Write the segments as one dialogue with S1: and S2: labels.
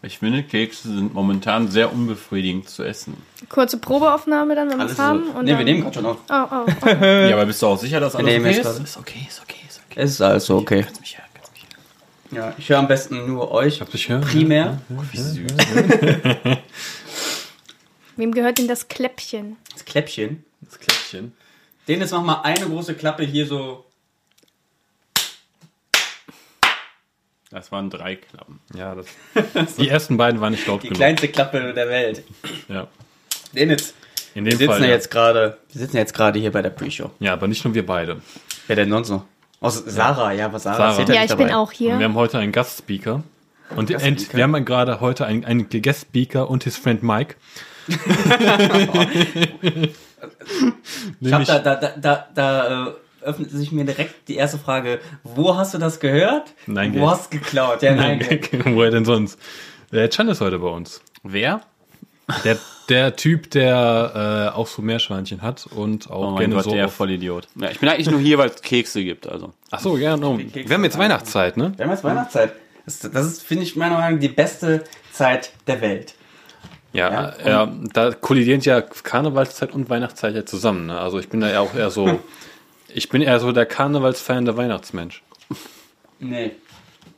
S1: Ich finde, Kekse sind momentan sehr unbefriedigend zu essen.
S2: Kurze Probeaufnahme dann, wenn wir es
S3: Alles
S2: haben.
S3: so.
S2: und
S3: nee, wir
S2: dann-
S3: nehmen gerade schon auf.
S2: Oh, oh, oh.
S1: ja, aber bist du auch sicher, dass alles
S3: nehmen
S1: okay
S3: jetzt
S1: ist?
S3: gerade.
S1: Ist okay, ist okay, ist okay.
S3: Es ist also okay.
S1: Kannst mich hören, kannst mich hören.
S3: Ja, ich höre am besten nur euch.
S4: dich hören?
S3: Primär.
S1: Wie süß.
S2: Wem gehört denn das Kläppchen?
S3: Das Kläppchen.
S4: Das Kläppchen.
S3: Den jetzt mach mal eine große Klappe hier so.
S1: Das waren drei Klappen.
S4: Ja, das. Die ersten beiden waren nicht laut
S3: Die
S4: genug.
S3: kleinste Klappe der Welt.
S4: Ja.
S3: Den jetzt.
S4: In
S3: Wir
S4: dem
S3: sitzen
S4: Fall.
S3: ja
S4: ja.
S3: jetzt gerade. Wir sitzen ja jetzt gerade hier bei der Pre-Show.
S4: Ja, aber nicht nur wir beide.
S3: Wer denn sonst noch? Außer Sarah, ja, was Sarah,
S4: Sarah.
S3: zählt
S4: Ja,
S2: Ja,
S3: nicht
S2: ich bin
S3: dabei.
S2: auch
S4: Und wir
S2: hier.
S4: haben heute einen Gastspeaker. Und
S3: Gastspeaker?
S4: ent- wir haben gerade heute einen, einen Guest-Speaker und his Friend Mike.
S3: Ich hab
S4: Nämlich,
S3: da, da, da, da, da äh, öffnet sich mir direkt die erste Frage. Wo hast du das gehört?
S4: Nein,
S3: Wo
S4: Gag.
S3: hast du geklaut? Ja, nein. Gag.
S4: woher denn sonst? Der Chan ist heute bei uns.
S1: Wer?
S4: Der, der Typ, der äh, auch so Meerschweinchen hat und
S1: Oh
S4: auch
S1: mein
S4: gerne
S1: Gott,
S4: so.
S1: der
S4: auf-
S1: Vollidiot. Ja, ich bin eigentlich nur hier, weil es Kekse gibt. Also.
S4: Achso, ja, no.
S3: Kekse
S4: Wir haben jetzt Weihnachtszeit, ne?
S3: Wir haben jetzt Weihnachtszeit. Das, das ist, finde ich, meiner Meinung nach die beste Zeit der Welt.
S4: Ja, ja, da kollidieren ja Karnevalszeit und Weihnachtszeit ja zusammen. Ne? Also ich bin da ja auch eher so, ich bin eher so der Karnevalsfeiernde Weihnachtsmensch.
S3: Nee.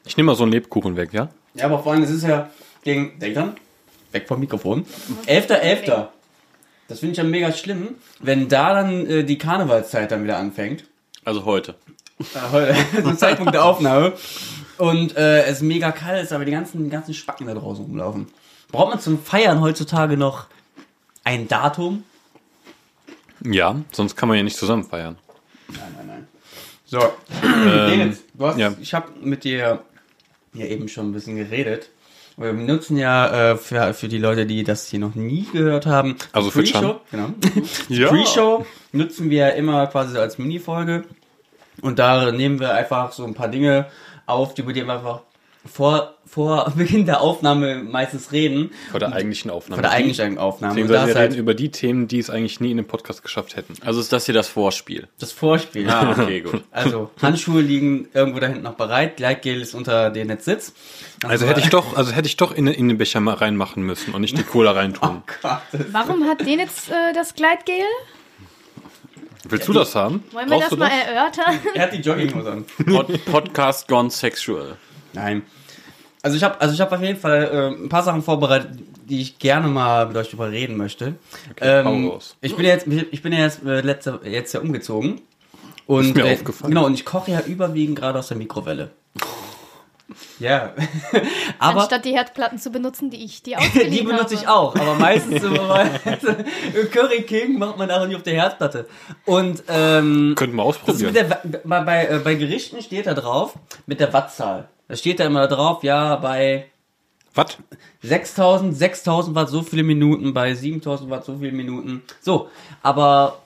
S4: Ich nehme mal so einen Lebkuchen weg, ja?
S3: Ja, aber vor allem, es ist ja gegen. Denk dran. Weg vom Mikrofon. 11.11. Das finde ich ja mega schlimm, wenn da dann äh, die Karnevalszeit dann wieder anfängt.
S1: also heute.
S3: Äh, heute, zum Zeitpunkt der Aufnahme. Und äh, es mega kalt ist, aber die ganzen, die ganzen Spacken da draußen rumlaufen. Braucht man zum Feiern heutzutage noch ein Datum?
S4: Ja, sonst kann man ja nicht zusammen feiern.
S3: Nein, nein, nein. So, Dennis, du hast,
S4: ähm, ja.
S3: ich habe mit dir ja eben schon ein bisschen geredet. Wir nutzen ja äh, für, für die Leute, die das hier noch nie gehört haben.
S4: Also für Chan.
S3: Pre-Show, genau. Die Pre-Show nutzen wir immer quasi so als Mini-Folge. Und da nehmen wir einfach so ein paar Dinge auf, die wir dem einfach vor, vor Beginn der Aufnahme meistens reden.
S4: Vor der eigentlichen Aufnahme.
S3: Von der eigentlichen Aufnahme.
S4: Deswegen
S3: Und da
S4: sollten wir
S3: ist
S4: reden
S3: halt
S4: über die Themen, die es eigentlich nie in dem Podcast geschafft hätten.
S1: Also ist das hier das Vorspiel.
S3: das Vorspiel.
S1: Ah, okay, gut.
S4: Hm.
S3: Also, Handschuhe liegen irgendwo da hinten noch bereit. Gleitgel ist unter den Netzsitz.
S4: Also hätte ich doch, also hätte ich doch in, in den Becher mal reinmachen müssen und nicht die Cola reintun.
S3: Gott, das-
S2: Warum hat den jetzt äh, das Gleitgel?
S4: Willst du das haben?
S2: Wollen wir das
S4: du
S2: mal äh, erörtern?
S3: Er hat die Jogginghose an.
S1: Pod Podcast gone sexual.
S3: Nein. Also ich habe also ich hab auf jeden Fall äh, ein paar Sachen vorbereitet, die ich gerne mal mit euch drüber reden möchte.
S4: hau
S3: ähm,
S4: raus.
S3: ich bin ja jetzt ich bin ja jetzt äh, letzte, jetzt ja umgezogen und
S4: mir
S3: äh,
S4: aufgefallen.
S3: genau und ich koche ja überwiegend gerade aus der Mikrowelle. Ja, aber
S2: Anstatt die Herdplatten zu benutzen, die ich dir ausgeliehen
S3: die benutze ich auch, aber meistens immer mal- Curry King macht man auch nicht auf der Herdplatte. Und ähm,
S4: Könnten wir
S3: Das ist mit
S4: ausprobieren.
S3: der, Wa- bei, bei, äh, bei Gerichten steht da drauf, mit der Wattzahl. Da steht da immer drauf, ja, bei
S4: Was?
S3: 6000, 6000 Watt so viele Minuten, bei 7000 Watt so viele Minuten. So, aber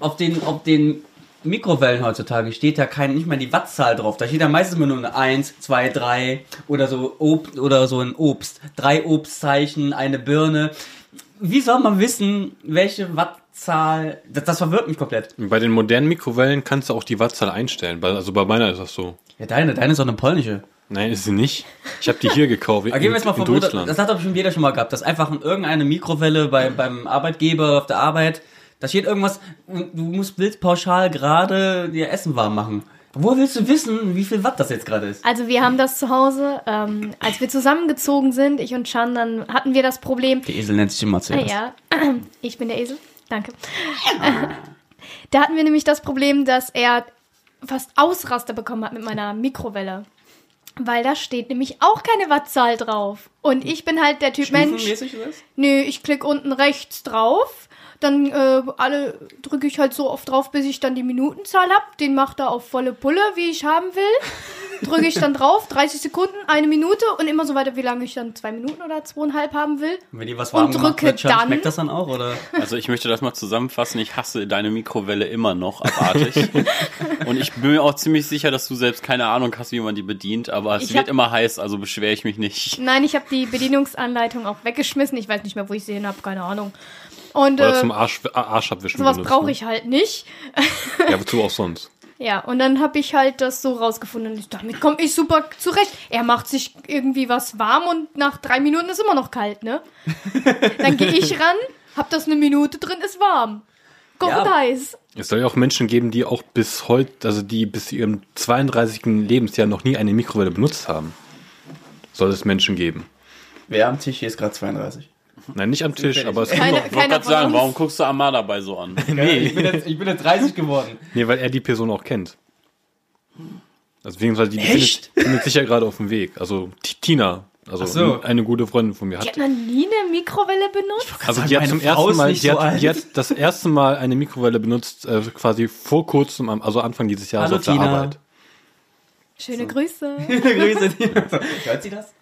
S3: auf den, auf den Mikrowellen heutzutage steht da kein, nicht mal die Wattzahl drauf. Da steht da meistens immer nur eine 1, 2, 3 oder so Obst oder so ein Obst. Drei Obstzeichen, eine Birne. Wie soll man wissen, welche Wattzahl. Das, das verwirrt mich komplett.
S4: Bei den modernen Mikrowellen kannst du auch die Wattzahl einstellen. Bei- Also bei meiner ist das so.
S3: Ja, deine, deine ist doch eine polnische.
S4: Nein, ist sie nicht. Ich habe die hier gekauft.
S3: Aber gehen wir jetzt mal
S4: in
S3: von wo,
S4: Deutschland.
S3: das hat doch schon jeder schon mal gehabt, dass einfach in irgendeine Mikrowelle bei, beim Arbeitgeber auf der Arbeit, da steht irgendwas, und du musst bildpauschal gerade dir Essen warm machen. Wo willst du wissen, wie viel Watt das jetzt gerade ist?
S2: Also wir haben das zu Hause, ähm, als wir zusammengezogen sind, ich und Chan, dann hatten wir das Problem,
S3: Der Esel nennt sich immer zuerst.
S2: Ah, Ja, ich bin der Esel. Danke. Da hatten wir nämlich das Problem, dass er fast Ausraster bekommen hat mit meiner Mikrowelle. Weil da steht nämlich auch keine Wattzahl drauf. Und ich bin halt der Typ Mensch.
S3: Stufenmäßig ist das?
S2: Nö, ich klicke unten rechts drauf. Dann äh, alle drücke ich halt so oft drauf, bis ich dann die Minutenzahl hab. Den macht er auf volle Pulle, wie ich haben will. Drücke ich dann drauf, 30 Sekunden, eine Minute und immer so weiter, wie lange ich dann zwei Minuten oder zweieinhalb haben will.
S3: Und Wenn dir was
S2: Und
S3: warm gemacht
S2: drücke
S3: wird, Schan,
S2: dann-
S3: schmeckt das dann auch, oder?
S1: Also ich möchte das mal zusammenfassen. Ich hasse deine Mikrowelle immer noch abartig. Und ich bin mir auch ziemlich sicher, dass du selbst keine Ahnung hast, wie man die bedient. Aber es
S2: Ich
S1: wird
S2: hab-
S1: immer heiß, also beschwere ich mich nicht.
S2: Nein, ich habe die Bedienungsanleitung auch weggeschmissen. Ich weiß nicht mehr, wo ich sie hin habe, keine Ahnung. Und
S4: Oder
S2: äh,
S4: zum Arsch, Arsch abwischen.
S2: sowas
S4: benutzen.
S2: brauche ich halt nicht.
S4: Ja, wozu auch sonst?
S2: Ja, und dann habe ich halt das so rausgefunden. Und ich- damit komme ich super zurecht. Er macht sich irgendwie was warm und nach drei Minuten ist immer noch kalt, ne? Dann gehe ich ran, hab das eine Minute drin, ist warm. Kochend
S3: Ja.
S2: heiß.
S4: Es soll ja auch Menschen geben, die auch bis heute, also die bis zu ihrem 32. Lebensjahr noch nie eine Mikrowelle benutzt haben. Soll es Menschen geben.
S5: Wer am Tisch hier ist gerade 32.
S4: Nein, nicht am Tisch, aber es
S2: Keine-
S3: Genau.
S1: Ich wollte
S2: keiner
S1: gerade
S2: von
S1: sagen,
S2: uns.
S1: warum guckst du Amar dabei so an?
S3: Nee. Ich bin, jetzt, ich bin jetzt 30 geworden.
S4: Nee, weil er die Person auch kennt. Also beziehungsweise die befindet, befindet sich ja gerade auf dem Weg. Also T- Tina, also
S3: Ach so.
S4: eine gute Freundin von mir
S2: Die
S4: hat.
S2: hat noch nie eine Mikrowelle benutzt.
S4: Also
S3: Sag
S4: die hat
S3: meine
S4: zum
S3: Frau
S4: ersten
S3: ist
S4: Mal,
S3: nicht
S4: die
S3: so
S4: hat, die
S3: alt.
S4: hat das erste Mal eine Mikrowelle benutzt, äh, quasi vor kurzem, am- also Anfang dieses Jahres
S3: Hallo,
S4: auf der
S3: Tina.
S4: Arbeit.
S2: Schöne Grüße.
S3: Grüße dir. Hört sie das?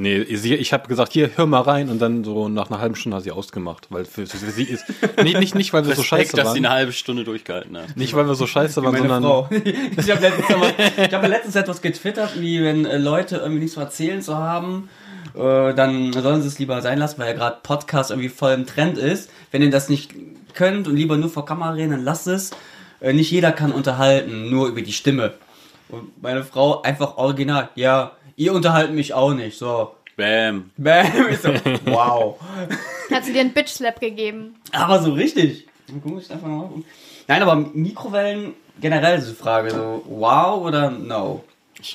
S4: Nee, sie, ich habe gesagt, hier, hör mal rein und dann so nach einer halben Stunde hat sie ausgemacht, weil für, für sie ist nicht nicht nicht weil wir so
S1: Respekt,
S4: scheiße
S1: dass sie eine
S4: waren,
S1: halbe Stunde durchgehalten hat.
S4: nicht weil wir so scheiße waren,
S3: Meine
S4: sondern
S3: Frau. Ich habe letztens, noch mal- ich hab ja letztens etwas getwittert, wie wenn äh, Leute irgendwie nichts zu erzählen zu haben, äh, dann sollen sie es lieber sein lassen, weil ja gerade Podcast irgendwie voll im Trend ist. Wenn ihr das nicht könnt und lieber nur vor Kamera reden, dann lasst es. Äh, nicht jeder kann unterhalten, nur über die Stimme. Und meine Frau einfach original, ja, ihr unterhalten mich auch nicht, so.
S1: Bam.
S3: Bam, ich so, wow.
S2: Hat sie dir einen Bitch-Slap gegeben.
S3: Aber so richtig. Dann guck ich einfach mal um. Nein, aber Mikrowellen generell ist die Frage so wow oder no.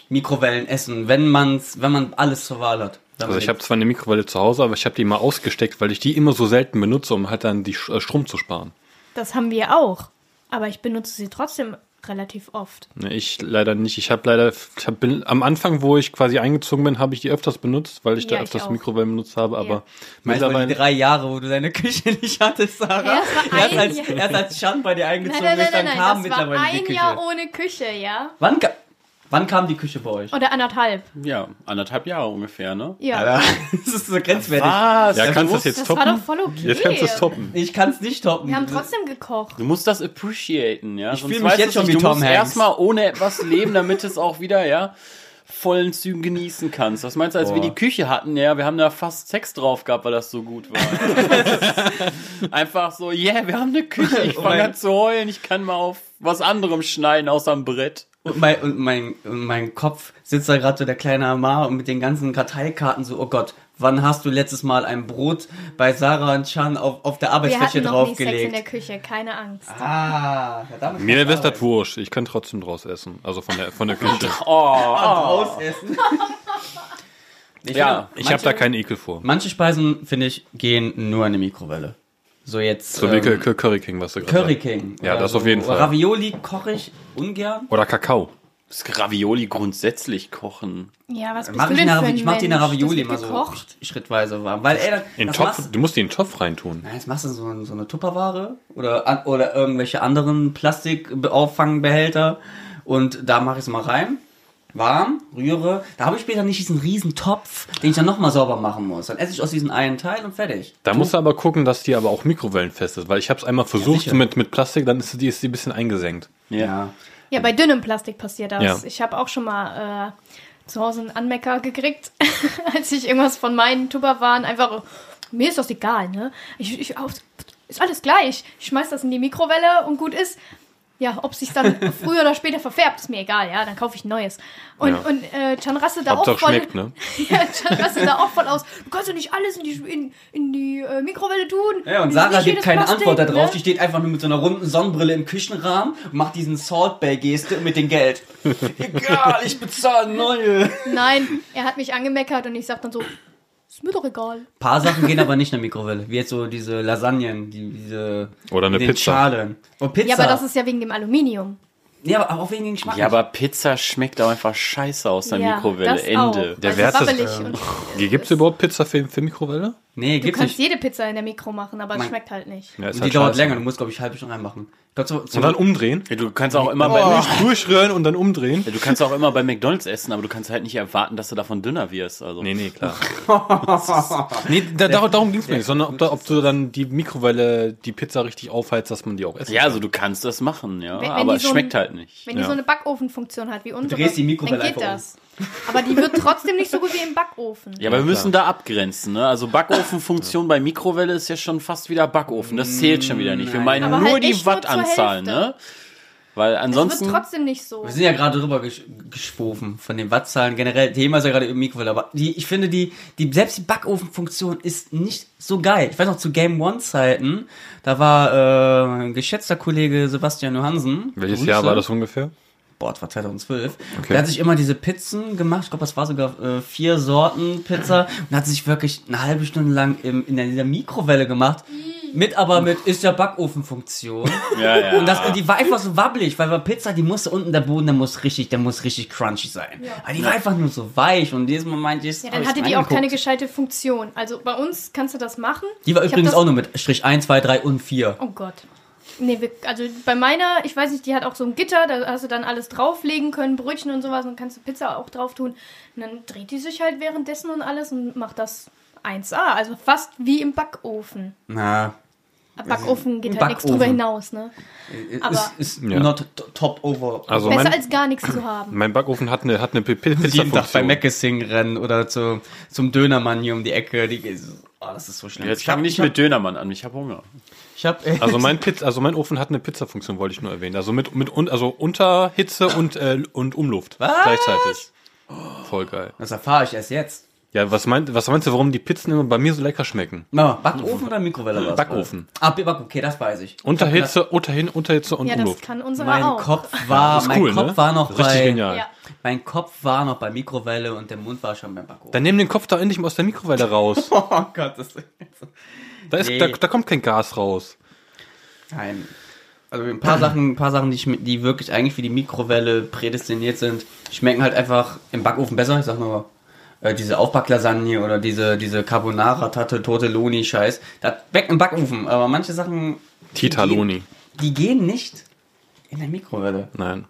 S3: Mikrowellen essen, wenn man's, wenn man alles zur Wahl hat. Wenn
S4: Also
S3: man
S4: ich habe zwar eine Mikrowelle zu Hause, aber ich habe die mal ausgesteckt, weil ich die immer so selten benutze, um halt dann die Sch- äh, Strom zu sparen.
S2: Das haben wir auch. Aber ich benutze sie trotzdem relativ oft.
S4: Ne, Ich leider nicht. Ich habe leider, ich hab, bin, am Anfang, wo ich quasi eingezogen bin, habe ich die öfters benutzt, weil ich
S2: Ja,
S4: da
S2: ich
S4: öfters
S2: auch.
S4: Mikrowellen benutzt habe, aber
S3: Meinst du mal die
S4: mittlerweile.
S3: drei Jahre, wo du deine Küche nicht hattest, Sarah?
S2: Ja, es war
S3: erst,
S2: ein
S3: als,
S2: Jahr.
S3: erst als Schan bei dir
S2: Nein,
S3: eingezogen
S2: nein, nein,
S3: ist, dann
S2: nein,
S3: kam
S2: nein. Das war
S3: mittlerweile die
S2: ein
S3: Küche.
S2: Jahr ohne Küche, ja?
S3: wann, ka wann kam die Küche bei euch?
S2: Oder anderthalb.
S1: Ja, anderthalb Jahre ungefähr, ne?
S2: Ja.
S3: Alter, das ist so grenzwertig.
S1: Was?
S4: Ja, kannst du das
S1: du, musst,
S4: jetzt
S2: das
S4: toppen?
S2: war doch voll okay.
S4: Jetzt kannst du es toppen.
S3: Ich kann's nicht toppen.
S2: Wir haben trotzdem gekocht.
S1: du musst das appreciaten, ja?
S3: Ich
S1: Sonst
S3: fühl mich
S1: weißt
S3: jetzt
S1: du
S3: schon
S1: nicht,
S3: wie
S1: Du
S3: Tom
S1: musst
S3: Hanks.
S1: erstmal ohne etwas leben, damit es auch wieder, ja, vollen Zügen genießen kannst. Was meinst du, als wir
S3: Boah.
S1: die Küche hatten, ja, wir haben da fast Sex drauf gehabt, weil das so gut war. Einfach so, yeah, wir haben eine Küche, ich
S3: Oh
S1: fange
S3: mein-
S1: an zu heulen, ich kann mal auf was anderem schneiden, außer am Brett.
S3: Und mein, und mein, und mein Kopf sitzt da gerade so der kleine Amar und mit den ganzen Karteikarten so, oh Gott, wann hast du letztes Mal ein Brot bei Sarah und Chan auf, auf der
S2: Wir
S3: Arbeitsfläche
S2: hatten noch nie Sex in der
S3: draufgelegt?
S2: Küche, keine Angst.
S3: Ah, ja, damit
S4: Mir wäre
S3: kannst du
S4: das wurscht. Ich kann trotzdem draus essen. Also von der, von der Küche.
S1: Oh,
S3: arbeiten. Ausessen. Ich
S1: Ja,
S3: finde,
S4: Ich habe da
S3: manche-
S4: keinen Ekel vor.
S3: Manche Speisen, finde ich, gehen nur in eine Mikrowelle. So jetzt.
S4: So wie
S3: ähm,
S4: Cur- Curry King, was du gerade
S3: Curry
S4: sagst.
S3: King. also
S4: Ja,
S3: oder
S4: das auf jeden Fall.
S3: Ravioli koche ich ungern.
S4: Oder Kakao.
S1: das Ravioli grundsätzlich kochen.
S2: Ja, was bist
S3: Mach
S2: du
S3: ich,
S2: denn
S3: eine,
S2: für
S3: Ravi-
S2: ein
S3: ich mach die in der
S2: Mensch?
S3: Ravioli
S2: Das
S3: immer
S2: wird
S3: so
S2: gekocht.
S3: schrittweise warm. Weil, ey, das-
S4: In
S3: das machst-
S4: Topf, du musst die in den Topf reintun.
S3: Nein, Jetzt machst du so, eine- so eine Tupperware oder, an- oder irgendwelche anderen Plastikaufffangbehälter und da mache ich es mal rein. Warm, rühre. Da habe ich später nicht diesen riesen Topf, den ich dann nochmal sauber machen muss. Dann esse ich aus diesem einen Teil und fertig.
S4: Da musst du aber gucken, dass die aber auch mikrowellenfest ist, weil ich habe es einmal versucht
S3: sicher.
S4: mit, mit Plastik, dann ist die, ist die ein bisschen eingesenkt.
S3: Ja.
S2: Ja, bei dünnem Plastik passiert das.
S4: Ja.
S2: Ich habe auch schon mal äh, zu Hause einen Anmecker gekriegt, als ich irgendwas von meinen Tupperwaren einfach. Mir ist das egal, ne? Ich, ich, aus- ist alles gleich. Ich schmeiß das in die Mikrowelle und gut ist. Ja, ob sich dann früher oder später verfärbt, ist mir egal, ja. Dann kaufe ich ein neues. Und,
S4: Ja.
S2: und äh, Can rastet da
S4: Hauptsache
S2: auch voll.
S4: schmeckt, ne?
S2: Ja, Can rastet da auch voll aus. Du kannst doch nicht alles in die, in, in die äh, Mikrowelle tun.
S3: Ja,
S2: Das ist
S3: und Sarah
S2: nicht
S3: gibt
S2: jedes
S3: keine
S2: Plastik,
S3: Antwort darauf.
S2: ne?
S3: Die steht einfach nur mit so einer runden Sonnenbrille im Küchenrahmen und macht diesen Salt Bay Geste mit dem Geld. Egal, ich bezahle neue.
S2: Nein, er hat mich angemeckert und ich sag dann so, ist mir doch egal.
S3: Ein paar Sachen gehen aber nicht in der Mikrowelle. Wie jetzt so diese Lasagnen, die, diese.
S4: Oder eine
S3: mit den
S4: Pizza.
S3: Schalen. Und Pizza.
S2: Ja, aber das ist ja wegen dem Aluminium.
S3: Ja, aber auch wegen dem Geschmack.
S1: Ja, aber Pizza schmeckt auch einfach scheiße aus der
S2: ja,
S1: Mikrowelle.
S2: das
S1: Ende.
S2: Auch.
S4: Der
S2: Der
S4: Wert
S2: Wert
S4: ist,
S2: ist,
S4: ähm,
S2: und
S4: Gibt es überhaupt Pizza für, für Mikrowelle?
S3: Nee,
S2: Du
S3: gibt's
S2: kannst
S3: nicht.
S2: jede Pizza in der Mikro machen, aber es
S3: Mein-
S2: schmeckt halt nicht.
S4: Ja,
S3: Und
S4: ist
S3: die
S4: halt
S3: dauert
S4: scheiße.
S3: länger, du musst, glaube ich, halbe Stunde reinmachen. Ich glaub, so, so
S4: Und dann umdrehen.
S1: Ja, Du kannst auch
S3: Oh.
S1: immer
S2: Oh.
S4: Durch,
S1: bei
S4: durchrühren und dann umdrehen.
S1: Ja, du kannst auch immer bei McDonalds essen, aber du kannst halt nicht erwarten, dass du davon dünner wirst. Also
S4: Nee, nee, klar. nee, da, darum, darum ging es mir nicht, sondern ob, da, ob du dann die Mikrowelle, die Pizza richtig aufheizt, dass man die auch essen
S1: ja,
S4: kann.
S1: also du kannst das machen, ja,
S2: Wenn- wenn
S1: aber
S2: die
S1: es
S2: so ein-
S1: schmeckt halt nicht.
S2: Wenn die
S4: Ja.
S2: so eine Backofenfunktion hat wie unsere,
S3: drehst die Mikrowelle
S2: dann geht
S3: einfach um.
S2: das. Aber die wird trotzdem nicht so gut wie im Backofen.
S1: Ja, aber wir
S4: klar.
S1: müssen da abgrenzen, ne? Also Backofenfunktion bei Mikrowelle ist ja schon fast wieder Backofen. Das zählt schon wieder nicht. Wir meinen
S2: Aber
S1: nur
S2: halt
S1: die
S2: echt nur zur
S1: Wattanzahl,
S2: Hälfte.
S1: ne? Weil
S2: Es wird
S1: ansonsten.
S2: trotzdem nicht so.
S3: Wir sind ja gerade drüber gesch geschwofen von den Wattzahlen. Generell, Thema ist ja gerade Mikrowelle, aber die, ich finde, die, die, selbst die Backofenfunktion ist nicht so geil. Ich weiß noch, zu Game One-Zeiten, da war äh, geschätzter Kollege Sebastian Johansen.
S4: Welches
S3: Grüße.
S4: Jahr war das ungefähr?
S3: Boah, das war 2012.
S4: Okay.
S3: Der hat sich immer diese Pizzen gemacht. Ich glaube, das war sogar äh, vier Sorten Pizza. Und hat sich wirklich eine halbe Stunde lang im, in dieser Mikrowelle gemacht. Mit aber mit ist ja Backofenfunktion.
S1: ja, ja.
S3: Und das, die war einfach so wabbelig, weil bei Pizza, die musste unten der Boden, der muss richtig, der muss richtig crunchy sein. Aber die war einfach nur so weich und jedes Mal meinte ich,
S2: Ja,
S3: hab
S2: dann
S3: ich
S2: hatte
S3: schon
S2: die auch
S3: angeguckt.
S2: keine gescheite Funktion. Also bei uns kannst du das machen.
S3: Die war
S2: Ich hab
S3: übrigens
S2: das-
S3: auch nur mit Strich 1, 2, 3 und 4.
S2: Oh Gott. Nee, wir, also bei meiner, ich weiß nicht, die hat auch so ein Gitter, da hast du dann alles drauflegen können, Brötchen und sowas, und dann kannst du Pizza auch drauf tun. Und dann dreht die sich halt währenddessen und alles und macht das 1A, also fast wie im Backofen.
S3: Na,
S2: Backofen geht
S3: Im
S2: halt nichts
S3: Backofen.
S2: drüber hinaus, ne? Aber-
S3: ist, ist
S4: Ja.
S3: not t- top over.
S4: Also
S2: Besser
S4: mein,
S2: als gar nichts zu haben.
S4: mein Backofen hat eine, hat eine P- P-
S3: jeden Tag bei
S4: Pizza-Funktion.
S3: Meckes hinrennen oder zu, zum Dönermann hier um die Ecke. Die, oh, das ist so schlimm.
S1: Jetzt
S3: Ich hab-
S1: fang nicht
S3: ich hab-
S1: mit Dönermann an, ich habe Hunger.
S3: Ich hab,
S4: Also mein Pizza, also mein Ofen hat eine Pizza-Funktion, wollte ich nur erwähnen. Also mit, mit un, also Unterhitze und, äh, und Umluft gleichzeitig. Voll geil.
S3: das erfahre ich erst jetzt.
S4: Ja, was, meint, was meinst du, warum die Pizzen immer bei mir so lecker schmecken?
S3: Mama, Backofen oder Mikrowelle war's?
S4: Backofen.
S3: Ah, Backofen, okay, das weiß ich.
S4: Unterhitze, Unterhin, Unterhitze und
S2: Ja, das
S4: Umluft.
S2: kann unsere
S3: Mein
S2: auch.
S3: Kopf war,
S4: Ist ne?
S3: mein Kopf war noch
S4: Richtig
S3: bei,
S4: genial.
S2: Ja.
S3: Mein Kopf war noch bei Mikrowelle und der Mund war schon beim Backofen.
S4: Dann nimm den Kopf da endlich mal aus der Mikrowelle raus.
S3: oh Gott, das ist
S4: Da, ist,
S3: Nee.
S4: da, da kommt kein Gas raus.
S3: Nein. Also ein paar Sachen, ein paar Sachen, die, schme- die wirklich eigentlich für die Mikrowelle prädestiniert sind, schmecken halt einfach im Backofen besser. Ich sag nur äh, diese Aufbacklasagne oder diese diese Carbonara Tatte Tortelloni Scheiß, das weg im Backofen. Aber manche Sachen
S4: Titaloni.
S3: Die, die gehen nicht in der Mikrowelle.
S4: Nein.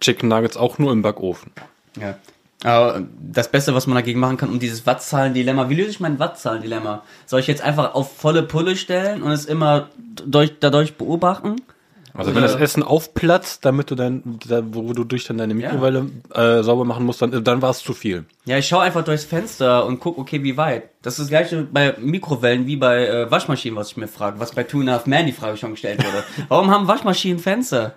S4: Chicken Nuggets auch nur im Backofen.
S3: Ja. Aber äh, das Beste, was man dagegen machen kann, um dieses Wattzahlendilemma, wie löse ich mein Wattzahlendilemma? Soll ich jetzt einfach auf volle Pulle stellen und es immer durch, dadurch beobachten?
S4: Also wenn
S3: Ja.
S4: das Essen aufplatzt, damit du dann, da, wo du durch dann deine Mikrowelle äh, sauber machen musst, dann, dann war es zu viel.
S3: Ja, ich schaue einfach durchs Fenster und guck, okay, wie weit. Das ist das gleiche bei Mikrowellen wie bei äh, Waschmaschinen, was ich mir frage, was bei Two and a Half Man die Frage schon gestellt wurde. Warum haben Waschmaschinen Fenster?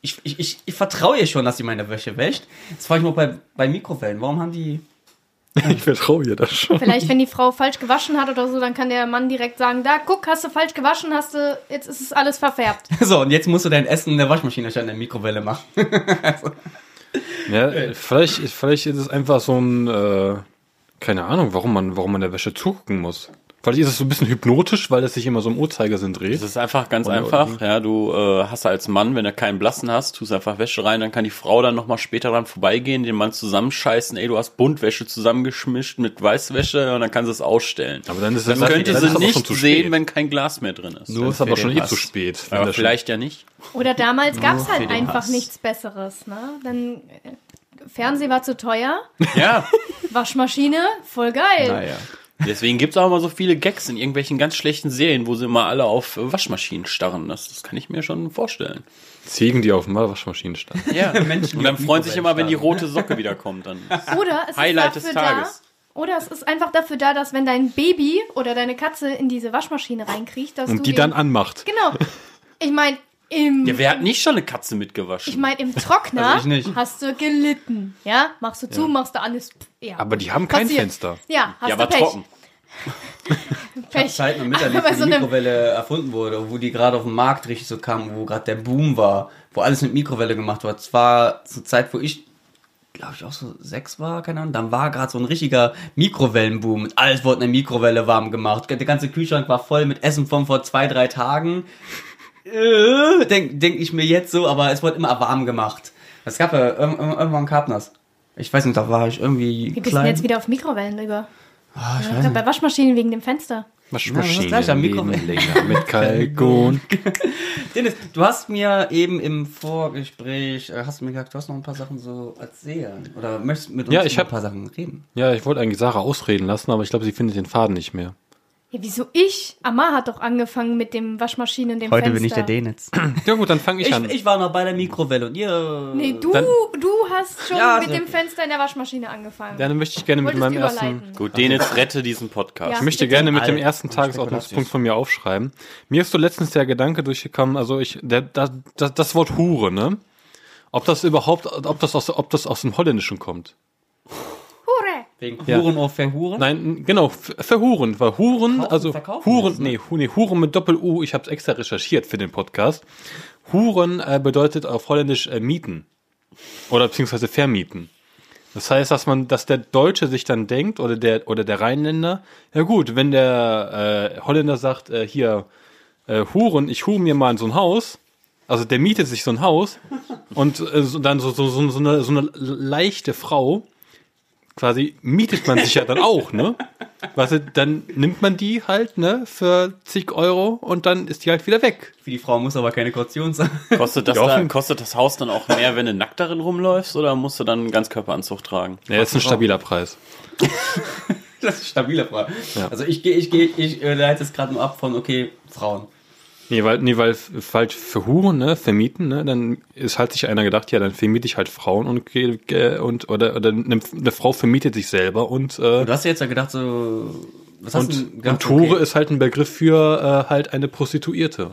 S3: Ich, ich, ich, ich vertraue ihr schon, dass sie meine Wäsche wäscht. Jetzt frage ich mich auch bei, bei Mikrowellen, warum haben die...
S4: Ich vertraue dir das schon.
S2: Vielleicht, wenn die Frau falsch gewaschen hat oder so, dann kann der Mann direkt sagen, da, guck, hast du falsch gewaschen, hast du, jetzt ist es alles verfärbt.
S3: So, und jetzt musst du dein Essen in der Waschmaschine statt in der Mikrowelle machen.
S4: Ja, äh, vielleicht, vielleicht ist es einfach so ein, äh, keine Ahnung, warum man, warum man der Wäsche zugucken muss. Vielleicht ist es so ein bisschen hypnotisch, weil es sich immer so im Uhrzeigersinn dreht.
S1: Es ist einfach ganz
S4: Ohne
S1: einfach.
S4: Ordnung.
S1: Ja, du äh, hast als Mann, wenn du keinen Blassen hast, tust einfach Wäsche rein, dann kann die Frau dann nochmal später dran vorbeigehen, den Mann zusammenscheißen, ey, du hast Buntwäsche zusammengeschmischt mit Weißwäsche und dann kann sie es ausstellen.
S4: Aber dann ist
S1: Das
S4: dann
S1: könnte
S4: dann
S1: sie
S4: ist das auch schon
S1: nicht
S4: zu
S1: sehen,
S4: spät.
S1: wenn kein Glas mehr drin ist. Also
S4: Nur ist aber
S3: für
S4: schon
S3: den
S4: eh
S3: Hass.
S4: zu spät. wenn
S1: Aber
S4: das schon-
S1: vielleicht ja nicht.
S2: Oder damals gab es
S3: für
S2: halt
S3: den
S2: einfach
S3: Hass.
S2: nichts Besseres, ne? Dann äh, Fernsehen war zu teuer,
S1: Ja,
S2: Waschmaschine, voll geil.
S3: Naja.
S1: deswegen gibt es auch immer so viele Gags in irgendwelchen ganz schlechten Serien, wo sie immer alle auf äh, Waschmaschinen starren. Das, das kann ich mir schon vorstellen.
S4: Ziegen, die auf dem Waschmaschinen standen.
S1: Ja,
S3: Menschen,
S1: und dann
S3: die auf
S1: freuen sich immer, wenn die
S3: Mikrowellen
S1: rote Socke wiederkommt. Dann
S2: Oder es
S1: Highlight
S2: ist
S1: des
S2: dafür
S1: Tages.
S2: da. Oder es ist einfach dafür da, dass wenn dein Baby oder deine Katze in diese Waschmaschine reinkriecht, dass du
S4: Und die
S2: ihn-
S4: dann anmacht.
S2: genau. Ich meine im
S1: Ja, wer hat nicht schon eine Katze
S2: ich
S1: mitgewaschen?
S2: meine im Trockner
S3: Also ich nicht.
S2: hast du gelitten, ja? Machst du zu, machst du alles. pff, Ja.
S4: Aber die haben kein
S2: Passiert.
S4: Fenster.
S2: Ja, hast
S1: ja,
S2: du
S1: aber
S2: Pech.
S1: trocken.
S2: Pech.
S3: Zeiten und Mitternacht,
S2: Aber
S3: wo
S2: so
S3: die
S2: eine,
S3: Mikrowelle erfunden wurde, wo die gerade auf dem Markt richtig so kam, wo gerade der Boom war, wo alles mit Mikrowelle gemacht wurde. Es war zur Zeit, wo ich, glaube ich, auch so sechs war, keine Ahnung, dann war gerade so ein richtiger Mikrowellenboom. Und alles wurde in der Mikrowelle warm gemacht. Der ganze Kühlschrank war voll mit Essen von vor zwei, drei Tagen. Äh, Denk, denk ich mir jetzt so, aber es wurde immer warm gemacht. Es gab ja, irg- irg- irgendwann gab das. Ich weiß nicht, da war ich irgendwie
S2: wir bist
S3: klein.
S2: jetzt wieder auf Mikrowellen über.
S3: Ah, ich weiß
S2: Bei Waschmaschinen wegen dem Fenster.
S3: Ja, das ist gleich am Mikrofon.
S4: leben länger mit Kalkon.
S3: Dennis, du hast mir eben im Vorgespräch, äh, hast du mir gesagt, du hast noch ein paar Sachen so erzählen. Oder möchtest mit uns
S4: Ja, ich
S3: über ein
S4: hab-
S3: paar Sachen reden?
S4: Ja, ich wollte eigentlich Sarah ausreden lassen, aber ich glaube, sie findet den Faden nicht mehr.
S2: Ja, wieso ich? Amar hat doch angefangen mit dem Waschmaschinen und dem Fenster.
S3: Denitz.
S4: Ja gut, dann fange ich,
S3: Ich,
S4: an.
S3: ich war noch bei der Mikrowelle und ihr...
S2: Nee, du,
S4: Dann-
S2: du hast schon
S3: Ja,
S2: mit
S3: so-
S2: dem Fenster in der Waschmaschine angefangen.
S4: Dann möchte ich gerne mit
S2: Wolltest
S4: meinem
S2: überleiten.
S4: ersten
S1: Gut, den jetzt rette diesen Podcast.
S2: Ja.
S4: Ich möchte
S2: Bitte.
S4: gerne mit dem
S3: Alter,
S4: ersten Tagesordnungspunkt von mir aufschreiben. Mir ist so letztens der Gedanke durchgekommen, also ich, der, das, das, das Wort Hure, ne? Ob das überhaupt, ob das aus, ob das aus dem Holländischen kommt.
S2: Hure!
S3: Wegen
S4: Ja.
S3: Huren auf Verhuren.
S4: Nein, n- genau, f- verhuren, weil Huren,
S3: Kaufen,
S4: also
S3: ne? verkaufen
S4: Huren,
S3: ist, ne?
S4: nee, Hu- nee, Huren mit Doppel-U, ich habe es extra recherchiert für den Podcast. Huren äh, bedeutet auf Holländisch äh, mieten oder beziehungsweise vermieten. Das heißt, dass man, dass der Deutsche sich dann denkt oder der oder der Rheinländer, ja gut, wenn der äh, Holländer sagt, äh, hier äh, Huren, ich hure mir mal so ein Haus, also der mietet sich so ein Haus und äh, so, dann so so so, so, eine, so eine leichte Frau quasi mietet man sich ja dann auch, ne? Weißt du, dann nimmt man die halt, ne, für zig Euro und dann ist die halt wieder weg.
S3: Für die Frau muss aber keine Kaution sein.
S1: Kostet das,
S4: Ja,
S1: da,
S4: offen.
S1: kostet das Haus dann auch mehr, wenn du nackt darin rumläufst oder musst du dann einen Ganzkörperanzug tragen?
S4: Ja, ist ein stabiler Preis.
S3: Das ist eine stabile Frage. Also ich gehe, ich gehe, ich äh, leite es gerade nur ab von, okay, Frauen.
S4: Nee, weil, nee, weil f- halt für Huren, ne, vermieten, ne, dann ist halt sich einer gedacht, ja, dann vermiete ich halt Frauen und, geh- geh- und oder, oder eine, eine Frau vermietet sich selber und, äh,
S3: Du hast ja jetzt ja gedacht, so. Was hast du denn
S4: und, und
S3: gedacht?
S4: Hure
S3: okay.
S4: ist halt ein Begriff für äh, halt eine Prostituierte.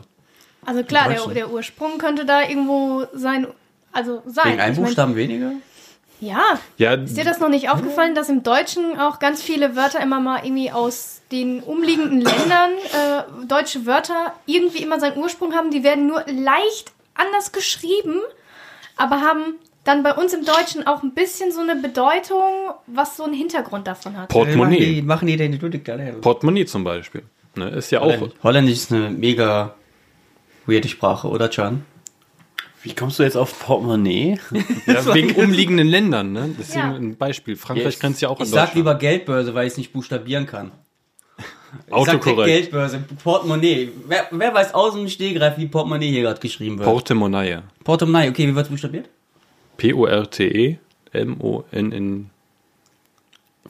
S2: Also klar, der,
S3: Deutschen.
S2: der Ursprung könnte da irgendwo sein. Also sein.
S3: Wegen einem
S2: Ich mein,
S3: Buchstaben weniger?
S2: Ja.
S4: Ja,
S2: Ist dir das noch nicht aufgefallen, dass im Deutschen auch ganz viele Wörter immer mal irgendwie aus den umliegenden Ländern, äh, deutsche Wörter, irgendwie immer seinen Ursprung haben? Die werden nur leicht anders geschrieben, aber haben dann bei uns im Deutschen auch ein bisschen so eine Bedeutung, was so einen Hintergrund davon hat.
S4: Portemonnaie.
S3: Machen die denn die Ludwig alle?
S4: Portemonnaie zum Beispiel. Ne, ist ja auch.
S3: Holländisch ist eine mega weirde Sprache, oder Can?
S1: Wie kommst du jetzt auf Portemonnaie? E?
S4: Ja, wegen umliegenden Ländern, ne? Das ist
S2: Ja.
S4: ein Beispiel. Frankreich
S1: Jetzt-
S4: grenzt ja auch an
S3: Ich sag
S4: Deutschland.
S3: lieber Geldbörse, weil ich es nicht buchstabieren kann. Ich sag direkt
S4: Autokorrekt.
S3: Geldbörse, Portemonnaie. Wer, wer weiß aus dem Stehgreif, wie Portemonnaie hier gerade geschrieben wird?
S4: Portemonnaie.
S3: Portemonnaie, okay, wie wird's buchstabiert?
S4: P-O-R-T-E-M-O-N-N-E.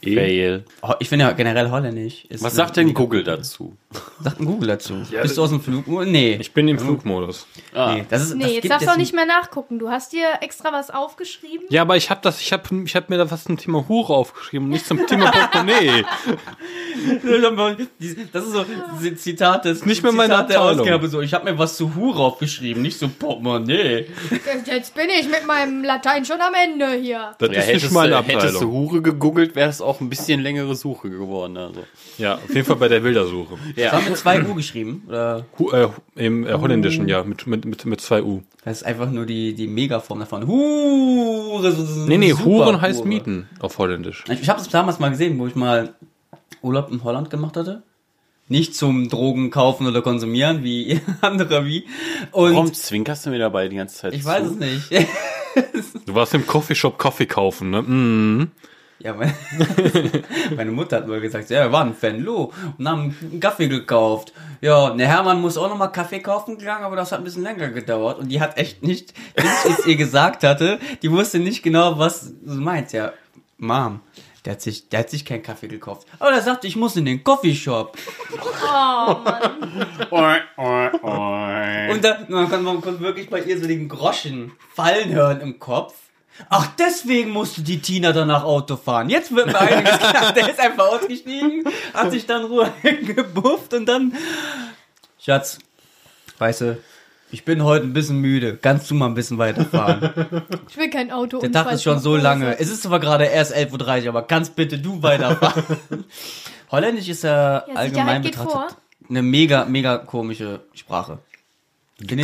S1: Fail.
S3: Ho- Oh, Ich finde ja generell holländisch. Ist
S1: Was
S3: eine-
S1: sagt denn Google dazu?
S3: Sagt ein Google dazu? Bist du aus dem Flug? oh, Nee.
S4: Ich bin im Flugmodus.
S1: Ah.
S3: nee, das ist, das
S2: Nee, jetzt
S3: gibt
S2: darfst
S3: es
S2: du auch nicht mehr nachgucken. Du hast dir extra was aufgeschrieben.
S4: Ja, aber ich habe das, ich habe, ich hab mir da was zum Thema Hure aufgeschrieben, nicht zum Thema Portemonnaie.
S3: Das ist so ein Zitat, das ist
S4: Nicht mehr meine
S3: Zitat der
S4: Abteilung.
S3: Ausgabe. So, ich habe mir was zu Hure aufgeschrieben, nicht so Portemonnaie.
S2: Jetzt bin ich mit meinem Latein schon am Ende hier.
S4: Das
S1: Ja,
S4: ist nicht
S1: hättest,
S4: meine
S1: du- hättest du
S4: Abteilung.
S1: Hure gegoogelt, wäre das auch ein bisschen längere Suche geworden. Also.
S4: Ja, auf jeden Fall bei der Bildersuche.
S3: Das haben wir zwei U geschrieben. Oder?
S4: Hu, äh, Im äh, Holländischen, ja, mit, mit, mit, mit zwei U.
S3: Das ist einfach nur die, die Megaform davon. Hure. so- so-
S4: Nee, nee,
S3: super
S4: Huren heißt
S3: Hure.
S4: Mieten auf Holländisch.
S3: Ich, ich habe es damals mal gesehen, wo ich mal Urlaub in Holland gemacht hatte. Nicht zum Drogen kaufen oder konsumieren, wie andere wie. Und
S1: Warum zwinkerst du mir dabei die ganze Zeit
S3: ich weiß es
S1: zu?
S3: nicht.
S4: Du warst im Coffeeshop Kaffee kaufen, ne? Mhm.
S3: Ja, meine, meine Mutter hat mal gesagt, ja, wir waren in Venlo und haben einen Kaffee gekauft. Ja, der Hermann muss auch nochmal Kaffee kaufen gegangen, aber das hat ein bisschen länger gedauert. Und die hat echt nicht, bis ich es ihr gesagt hatte, die wusste nicht genau, was du meinst. Ja, Mom, der hat sich, der hat sich keinen Kaffee gekauft. Aber der sagte, ich muss in den Coffeeshop.
S2: Oh Mann.
S3: Und da, man konnte man konnte wirklich bei ihr so den Groschen fallen hören im Kopf. Ach, deswegen musste die Tina danach Auto fahren. Jetzt wird mir einiges klar. Der ist einfach ausgestiegen, hat sich dann Ruhe gebufft und dann... Schatz, weißt du, ich bin heute ein bisschen müde. Kannst du mal ein bisschen weiterfahren?
S2: Ich will kein Auto.
S3: Der Tag ist schon so lange. Es ist zwar gerade erst 11.30 Uhr, aber kannst bitte du weiterfahren? Holländisch ist ja,
S2: Ja,
S3: allgemein
S2: Sicherheit geht vor.
S3: betrachtet eine mega, mega komische Sprache.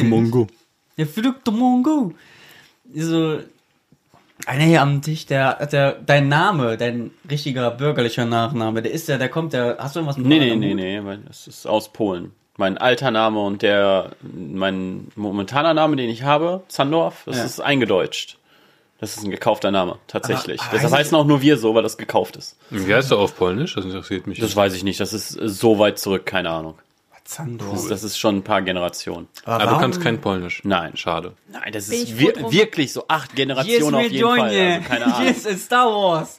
S4: Mongo.
S3: Der fliegt der Mongo. So, einer hier Also, ah, am Tisch, der hat ja dein Name, dein richtiger bürgerlicher Nachname, der ist ja, der kommt, der, hast du irgendwas mit
S1: Nee, nee,
S3: Holland am
S1: nee,
S3: Hut?
S1: nee, weil es ist aus Polen. Mein alter Name und der, mein momentaner Name, den ich habe, Zandorf, das
S3: Ja.
S1: ist eingedeutscht. Das ist ein gekaufter Name, tatsächlich.
S3: Aber-
S2: also-
S3: aber
S1: Deshalb
S3: weiß ich-
S1: heißen auch nur wir so, weil das gekauft ist.
S4: Wie heißt er auf Polnisch? Das interessiert mich.
S1: Das weiß ich nicht, das ist äh, so weit zurück, keine Ahnung.
S3: Zandor.
S1: Das, das ist schon ein paar Generationen.
S4: Aber Ah, du kannst kein Polnisch.
S1: Nein.
S4: Schade.
S1: Nein, das
S2: Bin
S1: ist
S2: ich
S1: wir-
S2: froh drum.
S1: wirklich so acht Generationen auf jeden Fall. Also keine Ahnung.
S3: Yes, it's Star Wars.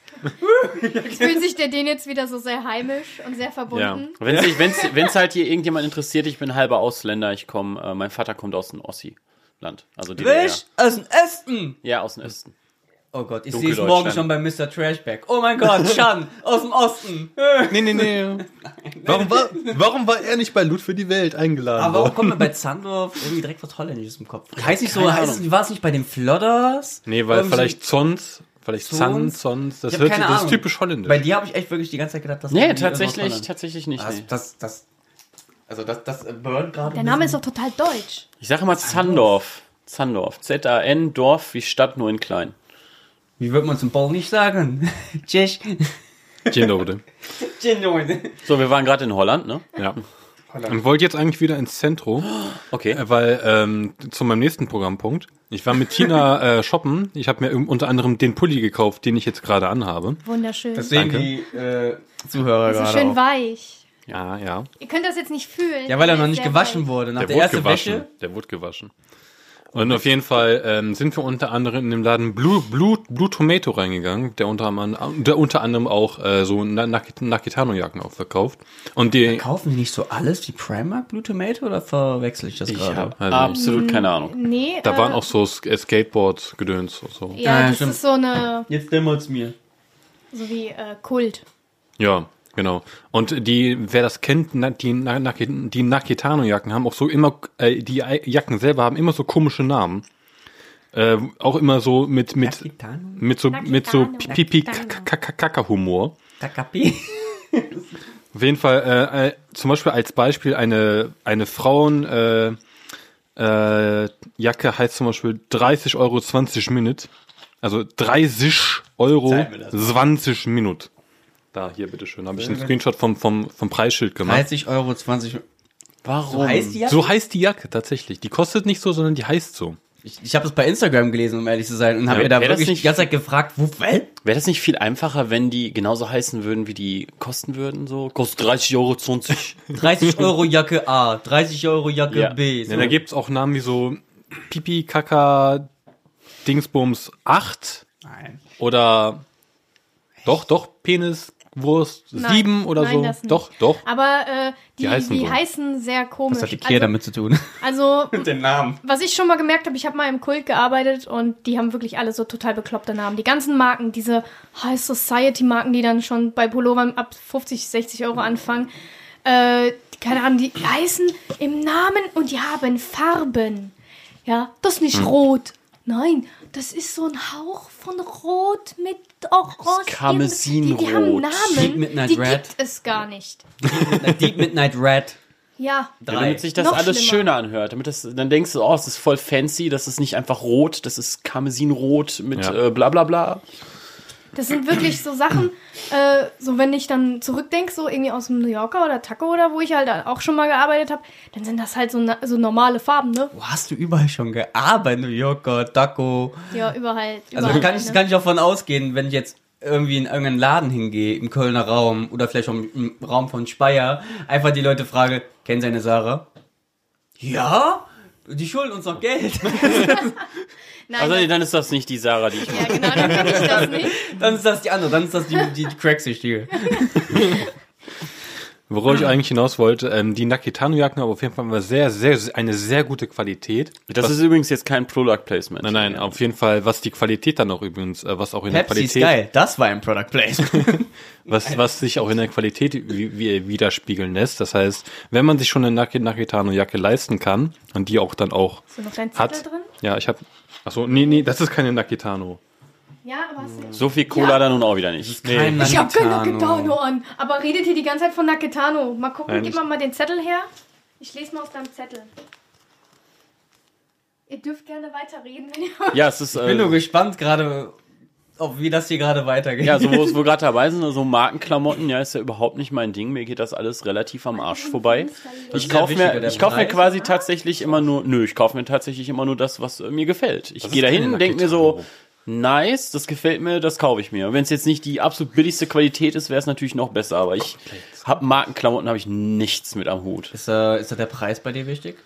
S2: Fühlt sich der den jetzt wieder so sehr heimisch und sehr verbunden?
S1: Wenn es wenn's, wenn's halt hier irgendjemand interessiert, ich bin halber Ausländer, ich komme, äh, mein Vater kommt aus dem Ossi-Land. Also DDR.
S3: Wisch aus dem Osten.
S1: Ja, aus dem Osten.
S3: Oh Gott, ich
S1: Dunkel
S3: sehe es morgen
S1: Deutschland.
S3: schon bei Mr. Trashback. Oh mein Gott, Chan, aus dem Osten.
S4: Nee, nee, nee. Warum war, warum war er nicht bei Loot für die Welt eingeladen?
S3: Aber warum
S4: worden?
S3: kommt mir bei Zandorf irgendwie direkt was Holländisches im Kopf? Heißt nicht so,
S1: Keine
S3: heißt, war es nicht bei den Flodders?
S4: Nee, weil
S3: Irgendwie-
S4: vielleicht Zons, vielleicht Zan,
S3: Zons?
S4: Zons, das,
S3: Ich hab
S4: hört,
S3: keine
S4: sich- das ist
S3: Ahnung.
S4: typisch holländisch.
S3: Bei dir habe ich echt wirklich die ganze Zeit gedacht, dass
S1: Nee, tatsächlich, tatsächlich nicht.
S3: Das,
S1: Nee.
S3: das, das, also das, das äh, burnt gerade.
S2: Der Name ist doch total deutsch.
S1: Ich sage mal Zandorf. Zandorf. Z-A-N, Dorf wie Stadt, nur in klein.
S3: Wie wird man zum Ball nicht sagen? Tschech.
S4: Dzień dobry.
S1: So, wir waren gerade in Holland, ne?
S4: Ja. Und wollte jetzt eigentlich wieder ins Zentrum,
S1: Okay.
S4: äh, weil ähm, zu meinem nächsten Programmpunkt. Ich war mit Tina äh, shoppen. Ich habe mir unter anderem den Pulli gekauft, den ich jetzt gerade anhabe.
S2: Wunderschön. Das
S5: Das
S2: ist
S5: sehen
S4: Danke.
S5: die äh, Zuhörer
S2: so
S5: gerade
S2: schön
S5: auch.
S2: weich.
S4: Ja, ja.
S2: Ihr könnt das jetzt nicht fühlen.
S3: Ja, weil er noch
S2: Ist
S3: nicht
S2: sehr
S3: gewaschen
S2: weich.
S3: wurde. Nach
S4: Der,
S3: der,
S4: wurde
S3: ersten
S4: gewaschen.
S3: Wäsche.
S4: Der wurde gewaschen. Und auf jeden Fall ähm, sind wir unter anderem in den Laden Blue, Blue, Blue Tomato reingegangen, der unter, anderem- der unter anderem auch äh, so Na- Nak- Nakitano-Jacken auch verkauft. Und die
S3: Kaufen die nicht so alles wie Primark Blue Tomato oder verwechsel ich das
S1: Ich
S3: gerade?
S1: habe
S4: Also-
S1: absolut keine Ahnung.
S2: Nee,
S4: Da
S2: äh,
S4: waren auch so Sk- äh, Skateboards gedöns und so.
S2: Ja,
S3: Ja,
S2: das
S3: stimmt.
S2: ist so eine,
S3: Jetzt dämmert's mir.
S2: so wie äh, Kult.
S4: Ja, genau. Und die, wer das kennt, na- die, Na- Naki- die Nakitano-Jacken haben auch so immer, äh, die Ei- Jacken selber haben immer so komische Namen. Äh, auch immer so mit, mit,
S3: Nakitano?
S4: mit so, mit so
S2: Nakitano. Nakitano.
S4: Pipi-Kaka-Humor.
S3: Takapi.
S4: Auf jeden Fall, äh, äh, zum Beispiel als Beispiel eine, eine Frauen, äh, äh, Jacke heißt zum Beispiel 30 Euro 20 Minute. Also 30 Euro
S5: Zeig mir das.
S4: 20 Minute. Da, hier, bitteschön. Habe ich einen Screenshot vom, vom, vom Preisschild gemacht.
S3: 30 Euro, 20 Euro.
S1: Warum?
S3: Heißt die ja?
S4: So heißt die Jacke tatsächlich. Die kostet nicht so, sondern die heißt so.
S3: Ich, ich habe das bei Instagram gelesen, um ehrlich zu sein, und habe
S1: Ja,
S3: mir da
S1: wär das
S3: wirklich
S1: nicht-
S3: die ganze Zeit gefragt, wo, hä?
S1: Wäre das nicht viel einfacher, wenn die genauso heißen würden, wie die kosten würden? So kostet 30 Euro 20.
S3: 30 Euro Jacke A, 30 Euro Jacke
S1: Ja.
S3: B.
S4: Ja, da gibt's auch Namen wie so Pipi, Kaka, Dingsbums 8
S3: Nein.
S4: oder doch, doch, Penis, Wurst
S2: Nein.
S4: 7 oder
S2: Nein,
S4: so.
S2: das nicht.
S4: Doch, doch.
S2: Aber äh, die, die,
S4: heißen
S2: heißen,
S4: so.
S2: sehr komisch.
S3: Was hat die Kehr damit zu tun?
S2: also, also
S5: Mit dem Namen.
S2: was ich schon mal gemerkt habe, ich habe mal im Kult gearbeitet und die haben wirklich alle so total bekloppte Namen. Die ganzen Marken, diese High Society Marken, die dann schon bei Pullovern ab 50, 60 Euro anfangen. Äh, keine Ahnung, die heißen im Namen und die haben Farben. Ja, das ist nicht rot. Nein, das ist so ein Hauch von Rot mit Orange.
S1: Karmesinrot.
S2: Die, die haben
S3: Deep
S2: Namen,
S3: Midnight
S2: die
S3: Red.
S2: gibt es gar nicht.
S3: Deep Midnight Red.
S2: Ja,
S1: Ja, damit sich das
S2: Noch
S1: alles
S2: schlimmer.
S1: schöner anhört. Damit das, dann denkst du, oh, es ist voll fancy, das ist nicht einfach rot, das ist Karmesinrot mit
S4: Ja.
S1: äh, bla bla bla.
S2: Das sind wirklich so Sachen, äh, so wenn ich dann zurückdenke, so irgendwie aus dem New Yorker oder Taco oder wo ich halt auch schon mal gearbeitet habe, dann sind das halt so, na, so normale Farben, ne?
S3: Wo hast du überall schon gearbeitet? New Yorker, Taco.
S2: Ja, überall.
S3: Also
S2: überall
S3: kann ich,
S2: ne?
S3: kann ich auch von ausgehen, wenn ich jetzt irgendwie in irgendeinen Laden hingehe, im Kölner Raum oder vielleicht auch im Raum von Speyer, einfach die Leute frage, kennen Sie eine Sarah? Ja? Die schulden uns noch Geld.
S2: Nein,
S1: Also
S2: also,
S1: dann ist das nicht die Sarah, die ich
S2: ja, genau, dann kann ich das nicht.
S3: Dann ist das die andere, dann ist das die, die, die Cracksüchtige.
S4: Worauf ich eigentlich hinaus wollte, ähm, die Nakitano-Jacken haben auf jeden Fall immer sehr, sehr, sehr, eine sehr gute Qualität.
S1: Das ist übrigens jetzt kein Product Placement.
S4: Nein, nein, auf jeden Fall, was die Qualität dann auch übrigens, äh, was auch in
S3: Pepsi
S4: der
S3: ist
S4: Qualität,
S3: geil, das war ein Product Placement.
S4: was, was sich auch in der Qualität wie, wie, widerspiegeln lässt. Das heißt, wenn man sich schon eine Naki- Nakitano-Jacke leisten kann und die auch dann auch
S2: Hast du noch deinen Zettel
S4: hat.
S2: drin?
S4: Ja, ich habe, achso, nee, nee, das ist keine Nakitano.
S2: Ja, aber hast du.
S1: So viel Cola dann nun auch wieder nicht.
S3: Kein
S2: Ich hab kein
S3: Nakitano.
S2: Naketano an, aber redet hier die ganze Zeit von Naketano. Mal gucken,
S4: Nein,
S2: gib
S4: ich-
S2: mal mal den Zettel her. Ich lese mal aus deinem Zettel. Ihr dürft gerne weiterreden, wenn ihr
S1: Ja, es ist.
S3: Ich bin nur
S1: Äh,
S3: gespannt gerade, ob wie das hier gerade weitergeht.
S1: ja, so wo es- wo wir gerade dabei sind, so Markenklamotten, ja, ist ja überhaupt nicht mein Ding. Mir geht das alles relativ am Arsch vorbei. Ich
S3: ist ja
S1: kaufe
S3: wichtiger,
S1: mir,
S3: der
S1: ich kauf mir
S3: Preis.
S1: quasi tatsächlich immer nur, nö, ich kaufe mir tatsächlich immer nur das, was äh, mir gefällt. Ich gehe dahin,
S4: keine
S1: denke mir so,
S4: Nakitano.
S1: nice, das gefällt mir, das kaufe ich mir. Wenn es jetzt nicht die absolut billigste Qualität ist, wäre es natürlich noch besser. Aber ich hab Markenklamotten, habe ich nichts mit am Hut.
S3: Ist, äh, ist da der Preis bei dir wichtig?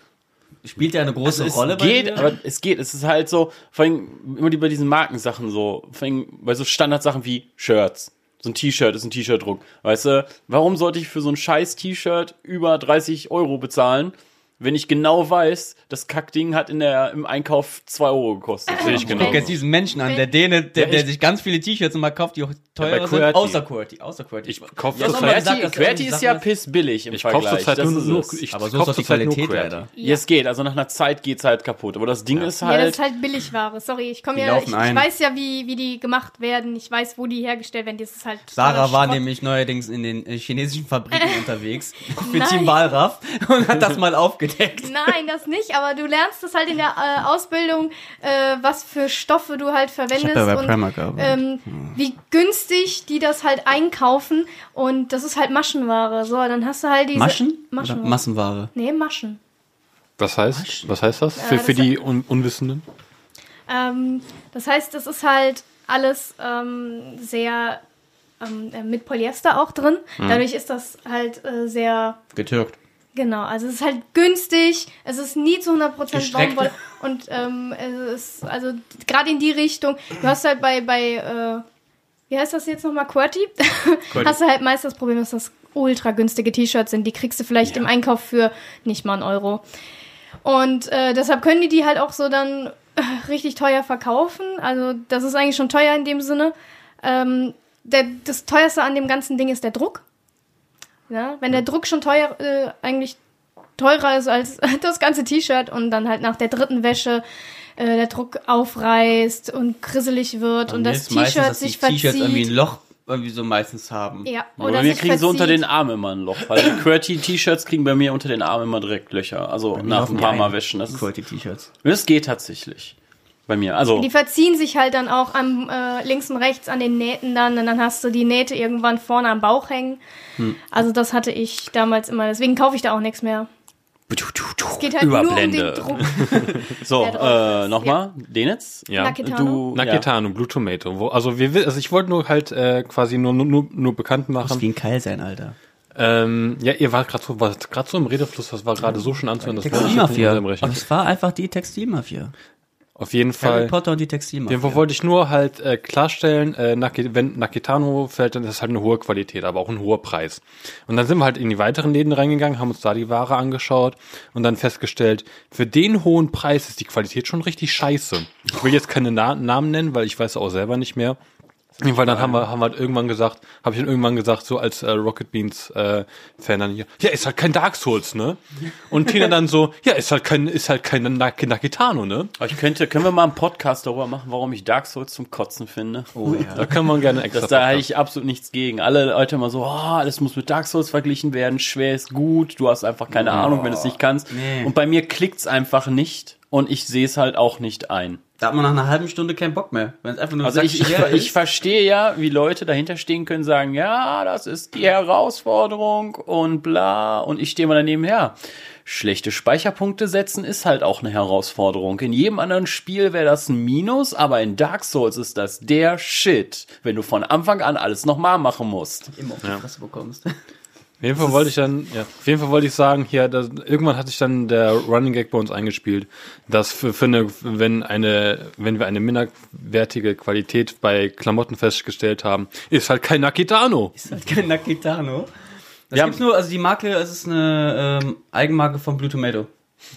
S3: Spielt der eine große
S1: Also es
S3: Rolle bei
S1: geht,
S3: dir?
S1: aber es geht. Es ist halt so, vor allem immer die- bei diesen Markensachen so, vor allem bei so Standardsachen wie Shirts. So ein T-Shirt ist ein T-Shirt-Druck. Weißt du, warum sollte ich für so ein scheiß T-Shirt über 30 Euro bezahlen, wenn ich genau weiß, das Kackding hat in der, im Einkauf 2 Euro gekostet. Sehe ich genau.
S3: Guck jetzt diesen Menschen an, der Däne, der, der sich ganz viele T-Shirts immer kauft, die auch teurer
S4: bei
S3: sind.
S4: QWERTY.
S3: Außer QWERTY, außer QWERTY.
S4: Ich kaufe
S3: Ja,
S1: Also
S3: soll man
S4: zurzeit,
S3: sagen,
S1: QWERTY,
S3: dass-
S1: QWERTY ist ja
S3: dass-
S1: pissbillig im
S4: ich kauf
S1: Vergleich.
S4: zurzeit
S1: das
S4: nur,
S1: ist
S4: nur
S1: es.
S4: ich
S3: aber so
S4: kauf
S3: ist doch die
S4: zurzeit nur
S3: Qualität,
S4: Quality.
S3: Alter.
S1: Ja, es geht. Also nach einer Zeit geht's halt kaputt. Aber das Ding ist
S2: Ja, das
S1: halt,
S2: ist halt Billigware. Sorry, ich komme
S3: Die
S2: ja, ich,
S3: laufen
S2: ich
S3: ein.
S2: weiß ja, wie, wie die gemacht werden. Ich weiß, wo die hergestellt werden. Das ist halt.
S3: Sarah
S2: totaler
S3: war
S2: Schrott.
S3: nämlich neuerdings in den äh, chinesischen Fabriken unterwegs für
S2: Nein.
S3: Team Walraff und hat das mal aufgedeckt.
S2: Nein, das nicht, aber du lernst das halt in der äh, Ausbildung, äh, was für Stoffe du halt verwendest
S3: ja bei
S2: und
S3: Primark gearbeitet.
S2: ähm, wie günstig die das halt einkaufen und das ist halt Maschenware. So, dann hast du halt diese
S3: Maschen? Oder
S2: Maschenware.
S3: Massenware.
S2: nee, Maschen.
S4: Was heißt, was heißt das? Für,
S2: das
S4: für
S2: hat-
S4: die Un Unwissenden?
S2: Ähm, das heißt, es ist halt alles ähm, sehr ähm, äh, mit Polyester auch drin.
S3: Hm.
S2: Dadurch ist das halt äh, sehr
S3: Getürkt.
S2: Genau, also es ist halt günstig, es ist nie zu 100%
S3: Gestreckt.
S2: Baumwolle und ähm, es ist, also gerade in die Richtung, du hast halt bei, bei äh, wie heißt das jetzt nochmal, QWERTY, hast du halt meist das Problem, dass das ultra günstige T-Shirts sind, die kriegst du vielleicht im Einkauf für nicht mal einen Euro. Und äh, deshalb können die die halt auch so dann äh, richtig teuer verkaufen, also das ist eigentlich schon teuer in dem Sinne. Ähm, der, das teuerste an dem ganzen Ding ist der Druck. Ja, wenn der Druck schon teuer, äh, eigentlich teurer ist als das ganze T-Shirt und dann halt nach der dritten Wäsche äh, der Druck aufreißt und grisselig wird und, das T-Shirt sich
S3: T-Shirts irgendwie ein
S2: verzieht.
S3: Loch irgendwie so meistens haben.
S2: Ja,
S1: Oder
S2: oder
S1: wir
S2: sich
S1: kriegen so unter
S2: verzieht.
S1: den Arm immer ein Loch. Weil die QWERTY-T-Shirts kriegen bei mir unter den Arm immer direkt Löcher. Also nach ein paar Mal wäschen. Das, ist,
S3: Quality T-Shirts.
S1: das geht tatsächlich. Bei mir. Also,
S2: Die verziehen sich halt dann auch am äh, links und rechts an den Nähten dann und dann hast du die Nähte irgendwann vorne am Bauch hängen.
S1: Hm.
S2: Also das hatte ich damals immer, deswegen kaufe ich da auch nichts mehr. Es geht halt
S1: Überblende.
S2: nur um den Druck.
S1: so,
S2: der drauf
S1: äh,
S2: ist,
S1: nochmal, Denitz.
S4: Ja.
S2: Nakitano.
S1: Du, ja.
S4: Naketano, Blue Tomato. Wo, also, wir, wi- also ich wollte nur halt äh, quasi nur, nur- nur, nur bekannt
S3: Muss
S4: machen.
S3: wie ein Keil sein, Alter.
S4: Ähm, ja, ihr wart gerade so, wart grad so im Redefluss, das war gerade so schon anzuhören, das wollte ich jetzt nicht
S3: Textilmafia.
S4: unterbrechen.
S3: Aber es war einfach die Textilmafia.
S4: Auf jeden
S3: Harry
S4: Fall.
S3: Potter und die
S4: Jedenfalls
S3: Textilmafia.
S4: wollte ich nur halt äh, klarstellen, äh, Naki, wenn Nakitano fällt, dann ist es halt eine hohe Qualität, aber auch ein hoher Preis. Und dann sind wir halt in die weiteren Läden reingegangen, haben uns da die Ware angeschaut und dann festgestellt, für den hohen Preis ist die Qualität schon richtig scheiße. Ich will jetzt keine Na Namen nennen, weil ich weiß auch selber nicht mehr. Jedenfalls dann haben wir, haben wir halt irgendwann gesagt, habe ich dann irgendwann gesagt, so als äh, Rocket Beans äh, Fan dann hier, ja, ist halt kein Dark Souls, ne? Und Tina dann so, ja, ist halt kein, ist halt kein Nak Nakitano, ne?
S1: Aber Ich könnte, können wir mal einen Podcast darüber machen, warum ich Dark Souls zum Kotzen finde?
S4: Oh, Da können wir gerne einen extra
S1: Das, da
S4: Podcast
S1: hätte ich absolut nichts gegen. Alle Leute immer so, ah, das muss mit Dark Souls verglichen werden, schwer ist gut, du hast einfach keine
S4: Oh.
S1: Ahnung, wenn du es nicht kannst.
S3: Nee.
S1: Und bei mir klickt's einfach nicht und ich sehe es halt auch nicht ein.
S3: Da hat man nach einer halben Stunde keinen Bock mehr. Wenn es einfach nur
S1: Also ich, ich,
S3: sackschwer
S1: ich
S3: ist.
S1: verstehe ja, wie Leute dahinter stehen können, sagen, ja, das ist die Herausforderung und bla. Und ich stehe mal daneben her. Schlechte Speicherpunkte setzen ist halt auch eine Herausforderung. In jedem anderen Spiel wäre das ein Minus, aber in Dark Souls ist das der Shit, wenn du von Anfang an alles nochmal machen musst.
S3: immer auf die Fresse bekommst.
S4: Auf jeden Fall wollte ich dann, ja, auf jeden Fall wollte ich sagen, hier, das, irgendwann hat sich dann der Running Gag bei uns eingespielt, dass für, für eine, wenn eine, wenn wir eine minderwertige Qualität bei Klamotten festgestellt haben, ist halt kein Nakitano.
S3: Ist halt kein Nakitano. Das
S1: Ja.
S3: gibt's nur, also die Marke, es ist eine ähm, Eigenmarke von Blue Tomato.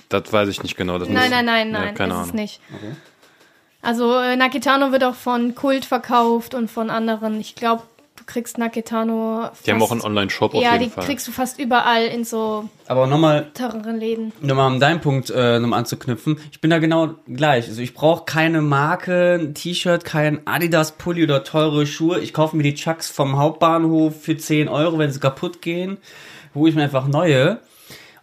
S4: Das weiß ich nicht genau. Das muss-
S2: Nein, nein, nein,
S4: Ja,
S2: nein,
S4: keine
S2: ist es
S4: Ahnung.
S2: nicht. Also äh, Nakitano wird auch von Kult verkauft und von anderen. Ich glaube, du kriegst Nakitano fast,
S4: Die haben auch einen Online-Shop auf
S2: Ja,
S4: jeden
S2: die
S4: Fall.
S2: kriegst du fast überall in so
S3: Aber nochmal,
S2: teureren Läden.
S3: nochmal an deinen Punkt äh, nochmal anzuknüpfen. Ich bin da genau gleich. Also ich brauche keine Marke, ein T-Shirt, kein Adidas-Pulli oder teure Schuhe. Ich kaufe mir die Chucks vom Hauptbahnhof für 10 Euro, wenn sie kaputt gehen. Hole ich mir einfach neue.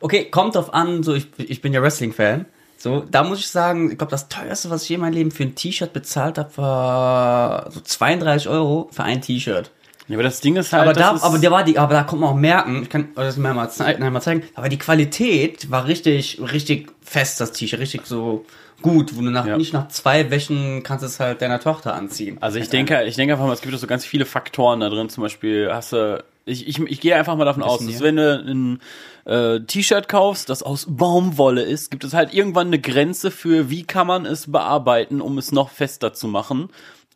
S3: Okay, kommt drauf an, so ich, ich bin ja Wrestling-Fan. So, da muss ich sagen, ich glaube, das teuerste, was ich je in meinem Leben für ein T-Shirt bezahlt habe, war so 32 Euro für ein T-Shirt.
S1: Ja, aber das Ding ist halt,
S3: Aber
S1: das
S3: da,
S1: ist,
S3: aber da war die, aber da kommt man auch merken, ich kann das mir mal zeigen, mal zeigen, aber die Qualität war richtig, richtig fest, das T-Shirt, richtig so gut, wo du nach,
S1: Ja.
S3: nicht nach zwei Wäschen kannst es halt deiner Tochter anziehen.
S1: Also ich denke, ich denke einfach mal, es gibt so ganz viele Faktoren da drin. Zum Beispiel hast du, ich, ich, ich gehe einfach mal davon aus, dass
S3: hier?
S1: wenn du ein äh, T-Shirt kaufst, das aus Baumwolle ist, gibt es halt irgendwann eine Grenze für, wie kann man es bearbeiten, um es noch fester zu machen.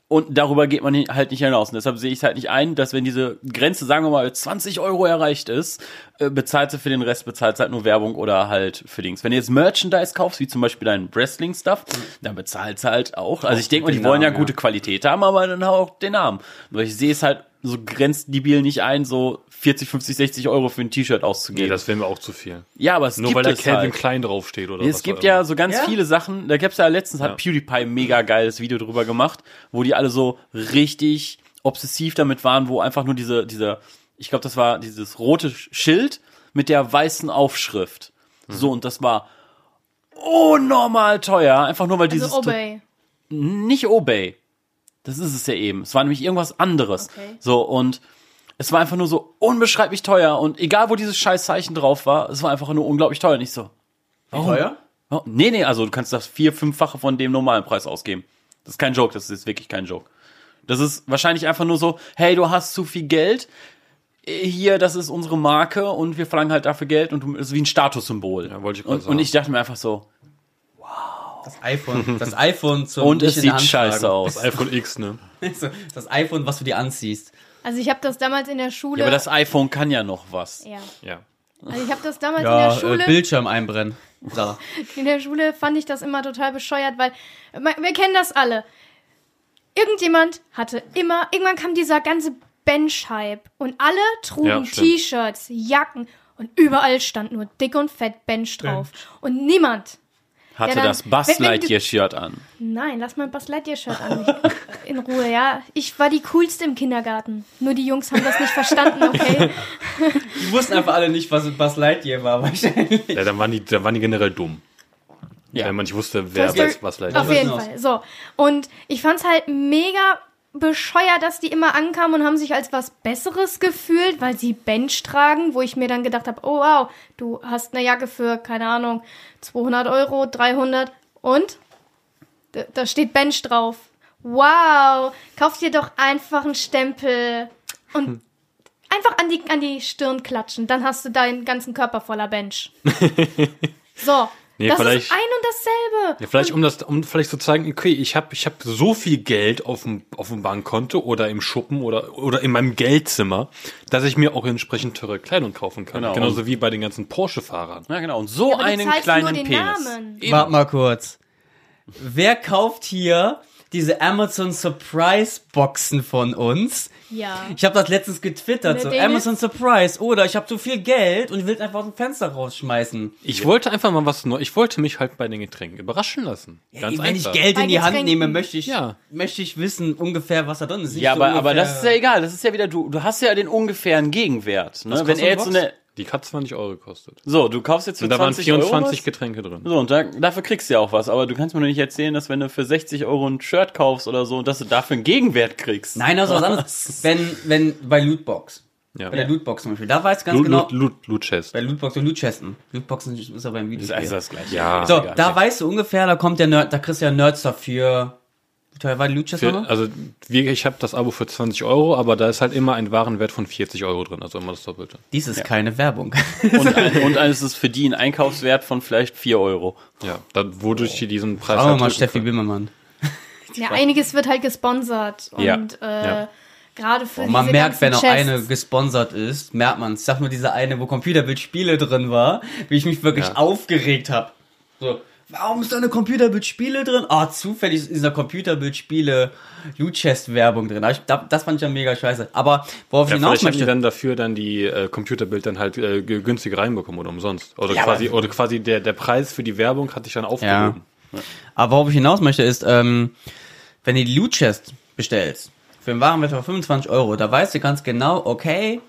S1: Und darüber geht man hin- halt nicht hinaus. Und deshalb sehe ich es halt nicht ein, dass wenn diese Grenze, sagen wir mal, 20 Euro erreicht ist, äh, bezahlt sie für den Rest, bezahlt sie halt nur Werbung oder halt für Dings. Wenn du jetzt Merchandise kaufst, wie zum Beispiel deinen Wrestling-Stuff, dann bezahlt sie halt auch. Also ich denke mal, die
S3: Mhm. den
S1: wollen ja
S3: Namen, ja.
S1: gute Qualität haben, aber dann auch den Namen. Aber ich sehe es halt so grenzdebil nicht ein, so 40, 50, 60 Euro für ein T-Shirt
S4: Nee,
S1: auszugeben.
S4: das wäre mir auch zu viel.
S1: ja, aber es
S4: Nur
S1: gibt
S4: weil da
S1: es
S4: Calvin
S1: halt.
S4: Klein draufsteht oder
S1: Es
S4: was
S1: gibt
S4: auch immer.
S1: ja so ganz
S3: Ja?
S1: viele Sachen. Da gab's ja letztens, hat PewDiePie ein mega geiles Video drüber gemacht, wo die alle so richtig obsessiv damit waren, wo einfach nur diese, diese, ich glaube, das war dieses rote Schild mit der weißen Aufschrift.
S4: Mhm.
S1: So, und das war unnormal teuer, einfach nur weil dieses.
S2: Also Obey.
S1: Nicht Obey. Das ist es ja eben. Es war nämlich irgendwas anderes.
S2: Okay.
S1: So, und es war einfach nur so unbeschreiblich teuer. Und egal, wo dieses scheiß Zeichen drauf war, es war einfach nur unglaublich teuer. Nicht so,
S3: Teuer?
S1: Oh, nee, nee, also du kannst das vier, fünffache von dem normalen Preis ausgeben. Das ist kein Joke, das ist wirklich kein Joke. Das ist wahrscheinlich einfach nur so, hey, du hast zu viel Geld, äh, hier, das ist unsere Marke und wir verlangen halt dafür Geld und du, das ist wie ein Statussymbol.
S4: Ja, wollte ich gerade
S1: und, und
S4: sagen.
S1: ich dachte mir einfach so,
S3: Das iPhone. Das iPhone zum
S1: und es
S3: nicht in der
S1: sieht
S3: Hand
S1: scheiße
S3: tragen.
S1: aus.
S4: Das iPhone X, ne?
S3: Das iPhone, was du dir anziehst.
S2: Also ich habe das damals in der Schule.
S1: Ja, aber das iPhone kann ja noch was.
S2: Ja.
S4: Ja.
S2: Also ich habe das damals in
S3: Ja,
S2: der Schule.
S3: äh, Bildschirm einbrennen. Da.
S2: In der Schule fand ich das immer total bescheuert, weil man, wir kennen das alle. Irgendjemand hatte immer, irgendwann kam dieser ganze Benchhype und alle trugen
S4: Ja, stimmt.
S2: T-Shirts, Jacken und überall stand nur dick und fett Bench drauf. Und niemand,
S1: Hatte
S2: Ja, dann-
S1: das Buzz
S2: wenn- wenn du-
S1: Lightyear Shirt an.
S2: nein, lass mal ein Buzz Lightyear Shirt an, ich- in Ruhe, ja. Ich war die coolste im Kindergarten. Nur die Jungs haben das nicht verstanden, okay?
S3: Die wussten einfach alle nicht, was Buzz Lightyear war wahrscheinlich.
S4: Ja, dann waren die, dann waren die generell dumm.
S1: Ja.
S4: Weil man nicht wusste, wer
S2: Toy Story- Oh,
S4: was, was leider.
S2: Auf
S3: Aber
S2: jeden
S3: hinaus.
S2: Fall. So. Und ich fand's halt mega bescheuert, dass die immer ankamen und haben sich als was Besseres gefühlt, weil sie Bench tragen, wo ich mir dann gedacht habe, oh wow, du hast eine Jacke für, keine Ahnung, 200 Euro, 300 und da, da steht Bench drauf. Wow, kauf dir doch einfach einen Stempel
S4: Hm.
S2: und einfach an die, an die Stirn klatschen, dann hast du deinen ganzen Körper voller Bench. so,
S4: Nee,
S2: das ist ein
S4: vielleicht-
S2: und dasselbe.
S4: Ja, vielleicht um das, um vielleicht zu zeigen, okay, ich habe ich hab so viel Geld auf dem, auf dem Bankkonto oder im Schuppen oder, oder in meinem Geldzimmer, dass ich mir auch entsprechend teure Kleidung kaufen kann.
S1: Genau.
S4: Genauso wie bei den ganzen Porsche-Fahrern.
S1: Ja, genau. Und so
S2: Aber
S1: einen
S2: du zahlst
S1: kleinen
S2: nur den
S1: Penis.
S2: Namen.
S3: Warte mal kurz. Wer kauft hier diese Amazon Surprise Boxen von uns?
S2: Ja.
S3: Ich habe das letztens getwittert,
S2: Mit
S3: so
S2: denen
S3: Amazon Surprise oder ich habe zu viel Geld und will es einfach aus dem Fenster rausschmeißen.
S4: Ich wollte einfach mal was Neues. Ich wollte mich halt bei den Getränken überraschen lassen. Ganz
S3: Wenn
S4: einfach.
S3: ich Geld
S2: Bei
S3: in die Hand
S2: Getränken.
S3: nehme, möchte ich,
S4: Ja.
S3: möchte ich wissen ungefähr, was da drin ist. Nicht
S1: Ja,
S3: so
S1: aber, aber
S3: ungefähr-
S1: das ist ja egal. Das ist ja wieder, du, du hast ja den ungefähren Gegenwert. Ne?
S4: Was
S1: Wenn
S4: kostet
S1: er jetzt so
S4: eine
S1: eine.
S4: Box? Die hat 20 Euro gekostet.
S1: So, du kaufst jetzt für
S4: Und da waren
S1: 20 Euro was?
S4: 24 Getränke drin.
S1: So, und da, dafür kriegst du ja auch was, aber du kannst mir doch nicht erzählen, dass wenn du für 60 Euro ein Shirt kaufst oder so, dass du dafür einen Gegenwert kriegst.
S3: Nein, das ist was anderes. wenn, wenn, bei Lootbox.
S4: Ja.
S3: Bei der Lootbox zum Beispiel. Da weiß ganz
S4: Loot,
S3: genau.
S4: Loot, Loot, Loot Chest.
S3: Bei Lootbox und Lootchesten. Lootboxen ist aber im Video.
S1: Das ist also das gleiche.
S4: Ja.
S3: So,
S1: egal.
S3: da weißt du ungefähr, da kommt der Nerd, da kriegst du ja Nerds dafür. Wie teuer war die Lootchest
S1: Genau.
S4: Für,
S3: nochmal?
S4: also wir- ich habe das Abo für 20 Euro, aber da ist halt immer ein Warenwert von 40 Euro drin, also immer das Doppelte.
S3: Dies ist keine Werbung.
S1: Und, ein, und eines ist für die ein Einkaufswert von vielleicht 4 Euro.
S4: Ja, dann, wodurch die diesen
S3: Schauen
S4: Preis
S3: wir
S4: halt
S3: mal
S4: drücken
S3: Steffi
S4: können.
S3: Bimmermann.
S2: Ja, einiges wird halt gesponsert. Und
S1: Ja.
S2: äh,
S4: Ja.
S2: gerade für
S3: Und man
S2: diese ganzen
S3: merkt, wenn auch
S2: Chefs.
S3: eine gesponsert ist, merkt man Ich sag nur diese eine, wo Computerbildspiele drin war, wie ich mich wirklich
S4: Ja.
S3: aufgeregt habe. So, warum ist da eine Computerbildspiele drin? Ah, zufällig ist in dieser Computerbildspiele Loot-Chest-Werbung drin. Aber Ich, da- das fand ich ja mega scheiße. Aber worauf ich
S4: Ja,
S3: hinaus
S4: vielleicht haben die
S3: möchte,
S4: dann dafür dann die äh, Computerbild dann halt äh, g- günstig reinbekommen oder umsonst. Oder
S3: Ja,
S4: quasi,
S3: aber-
S4: oder quasi der, der Preis für die Werbung hat sich dann aufgehoben.
S3: Aber worauf ich hinaus möchte ist, ähm, wenn du die Loot Chest bestellst, für einen Warenwert von 25 Euro, da weißt du ganz genau, okay,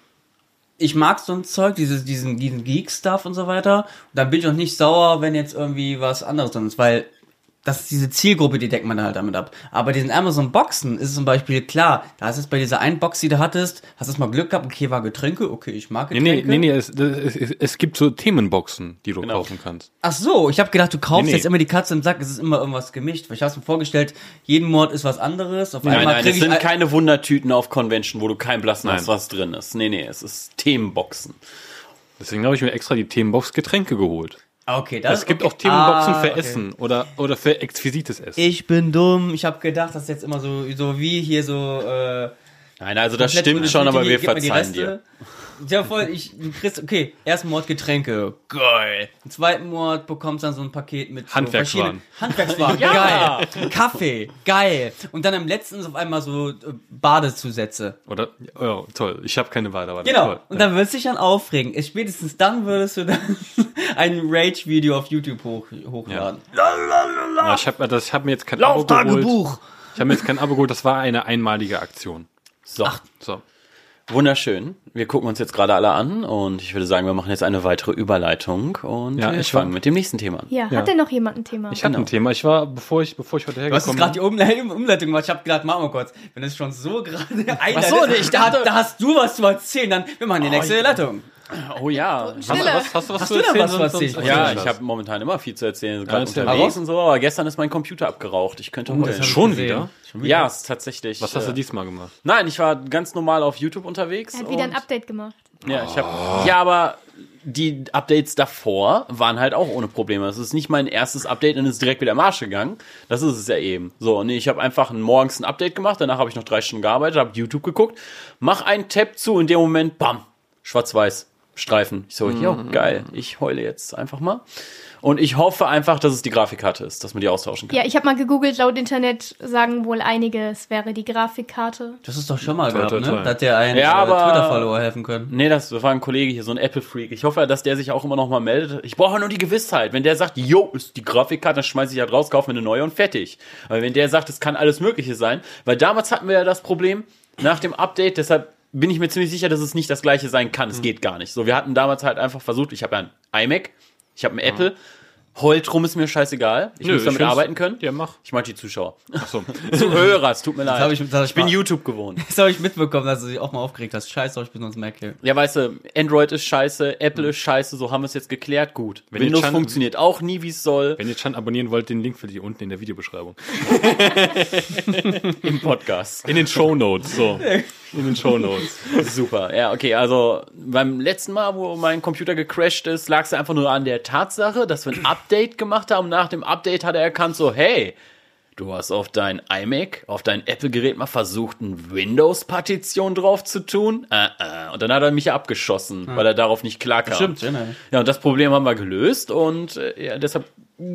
S3: ich mag so ein Zeug, dieses, diesen, diesen Geek-Stuff und so weiter. Und dann bin ich auch nicht sauer, wenn jetzt irgendwie was anderes drin ist, weil das ist diese Zielgruppe, die deckt man da halt damit ab. Aber diesen Amazon-Boxen ist es zum Beispiel klar, da ist es bei dieser einen Box, die du hattest, hast du mal Glück gehabt, okay, war Getränke, okay, ich mag
S4: Nee,
S3: Getränke.
S4: nee, nee, nee es, es, es, es gibt so Themenboxen, die du
S1: Genau.
S4: kaufen kannst.
S3: Ach so, ich habe gedacht, du kaufst
S4: Nee, nee.
S3: jetzt immer die Katze im Sack, es ist immer irgendwas gemischt. Weil ich hab's mir vorgestellt, jeden Mord ist was anderes. Auf
S1: Nein,
S3: einmal
S1: nein,
S3: krieg
S1: es
S3: ich
S1: sind
S3: ein-
S1: keine Wundertüten auf Convention, wo du kein Blassen hast,
S4: Nein.
S1: was drin ist. Nee, nee, es ist Themenboxen.
S4: Deswegen habe ich mir extra die Themenbox Getränke geholt.
S3: Ah, Okay, das
S4: Es gibt
S3: Äh, okay.
S4: auch Themenboxen
S3: Ah,
S4: für
S3: okay.
S4: Essen oder, oder für exquisites Essen.
S3: Ich bin dumm. Ich habe gedacht, das ist jetzt immer so, so wie hier so. Äh,
S1: Nein, also das
S3: komplett
S1: stimmt schon,
S3: unentwickelte,
S1: aber wir
S3: gib mir die
S1: verzeihen dir.
S3: Reste. Ja, voll. Ich, Chris, okay, ersten Mord Getränke. Geil. Im zweiten Mord bekommst dann so ein Paket mit so
S4: Handwerkswaren.
S3: verschiedenen- Handwerkswaren,
S1: Ja.
S3: geil. Kaffee, geil. Und dann am letzten ist auf einmal so äh, Badezusätze.
S4: Oder, ja, toll, ich habe keine Wahl, aber
S3: Genau.
S4: toll.
S3: Und dann würdest du dich dann aufregen. Äh, Spätestens dann würdest du dann ein Rage-Video auf YouTube hoch, hochladen.
S4: Ja, ich habe hab mir jetzt kein Abo geholt. Ich habe mir jetzt kein Abo geholt, das war eine einmalige Aktion.
S1: So,
S4: So.
S1: wunderschön. Wir gucken uns jetzt gerade alle an und ich würde sagen, wir machen jetzt eine weitere Überleitung und
S4: Ja,
S1: wir
S4: ich
S1: fangen
S4: war-
S1: mit dem nächsten Thema an.
S2: Ja, hat denn noch jemand ein Thema?
S4: Ich hatte ein Thema. Ich war, bevor ich, bevor ich heute
S3: Du hast jetzt
S4: hergekommen
S3: gerade
S4: bin.
S3: die Umle Umleitung gemacht. Ich habe gedacht, machen wir kurz. Wenn es schon so gerade einer
S1: so,
S3: ist,
S1: ich
S3: da,
S1: dachte-
S3: da hast du was zu erzählen. Dann wir machen die nächste Leitung.
S1: Oh ja.
S4: Hast du
S2: Stille.
S4: was, hast du was
S3: Hast
S4: zu
S3: du da
S4: erzählen?
S3: was zu
S4: sonst-
S3: erzählen?
S4: sonst-
S1: Ja,
S4: sonst-
S1: ich habe momentan immer viel zu erzählen, gerade
S4: erzähl.
S1: unterwegs
S3: Aber-
S1: und so, aber gestern ist mein Computer abgeraucht. Ich könnte heulen.
S4: Hm, Schon wieder?
S1: Ja, es ist tatsächlich.
S4: Was hast du
S1: äh,
S4: diesmal gemacht?
S1: Nein, ich war ganz normal auf YouTube unterwegs.
S2: Er hat wieder ein
S1: und-
S2: Update gemacht.
S1: Ja, ich hab, ja, aber die Updates davor waren halt auch ohne Probleme. Das ist nicht mein erstes Update und ist direkt wieder im Arsch gegangen. Das ist es ja eben. So, nee, ich habe einfach morgens ein Update gemacht, danach habe ich noch drei Stunden gearbeitet, habe YouTube geguckt, mach einen Tab zu, in dem Moment, bam, schwarz-weiß, Streifen. Ich so, jo, geil, ich heule jetzt einfach mal. Und ich hoffe einfach, dass es die Grafikkarte ist, dass man die austauschen kann.
S2: Ja, ich habe mal gegoogelt, laut Internet sagen wohl einige, es wäre die Grafikkarte.
S3: Das ist doch schon mal gehabt,
S4: toi, toi.
S3: ne? Da hat dir ein
S1: Ja,
S3: äh,
S1: aber-
S3: Twitter-Follower helfen können.
S1: Nee, das war ein Kollege hier, so ein Apple-Freak. Ich hoffe, dass der sich auch immer noch mal meldet. Ich brauche nur die Gewissheit. Wenn der sagt, jo, ist die Grafikkarte, dann schmeiße ich halt raus, kaufe mir eine neue und fertig. Aber wenn der sagt, es kann alles Mögliche sein, weil damals hatten wir ja das Problem nach dem Update, deshalb bin ich mir ziemlich sicher, dass es nicht das gleiche sein kann. Es
S3: Hm.
S1: geht gar nicht. So, wir hatten damals halt einfach versucht, ich habe ja ein iMac, ich
S3: Hm.
S1: habe einen Apple, heult rum ist mir scheißegal. Ich
S4: Nö,
S1: muss
S4: ich
S1: damit
S4: find's-
S1: arbeiten können.
S4: Ja, mach.
S1: Ich meine die Zuschauer.
S4: Achso.
S1: Zuhörer, es tut mir leid.
S3: hab ich- das hab ich
S1: ich bin
S3: mal-
S1: YouTube gewohnt.
S3: Das habe ich mitbekommen, dass du dich auch mal aufgeregt hast. Scheiße, ich bin uns Mac hier.
S1: Ja, weißt du, Android ist scheiße, Apple ist scheiße, so haben wir es jetzt geklärt. Gut.
S4: ihr
S1: Windows
S4: Chan-
S1: funktioniert auch nie, wie es soll.
S4: Wenn ihr Chan abonnieren wollt, den Link findet ihr unten in der Videobeschreibung.
S1: Im Podcast.
S4: In den Shownotes, so. In den Shownotes.
S1: Super. Ja, okay, also beim letzten Mal, wo mein Computer gecrashed ist, lag es einfach nur an der Tatsache, dass wir ein Update gemacht haben. Nach dem Update hat er erkannt, so, hey, du hast auf dein iMac, auf dein Apple-Gerät mal versucht, ein Windows-Partition drauf zu tun. Äh, äh. Und dann hat er mich ja abgeschossen, weil er darauf nicht klarkam.
S3: Stimmt, genau.
S1: Ja, und das Problem haben wir gelöst und äh, ja, deshalb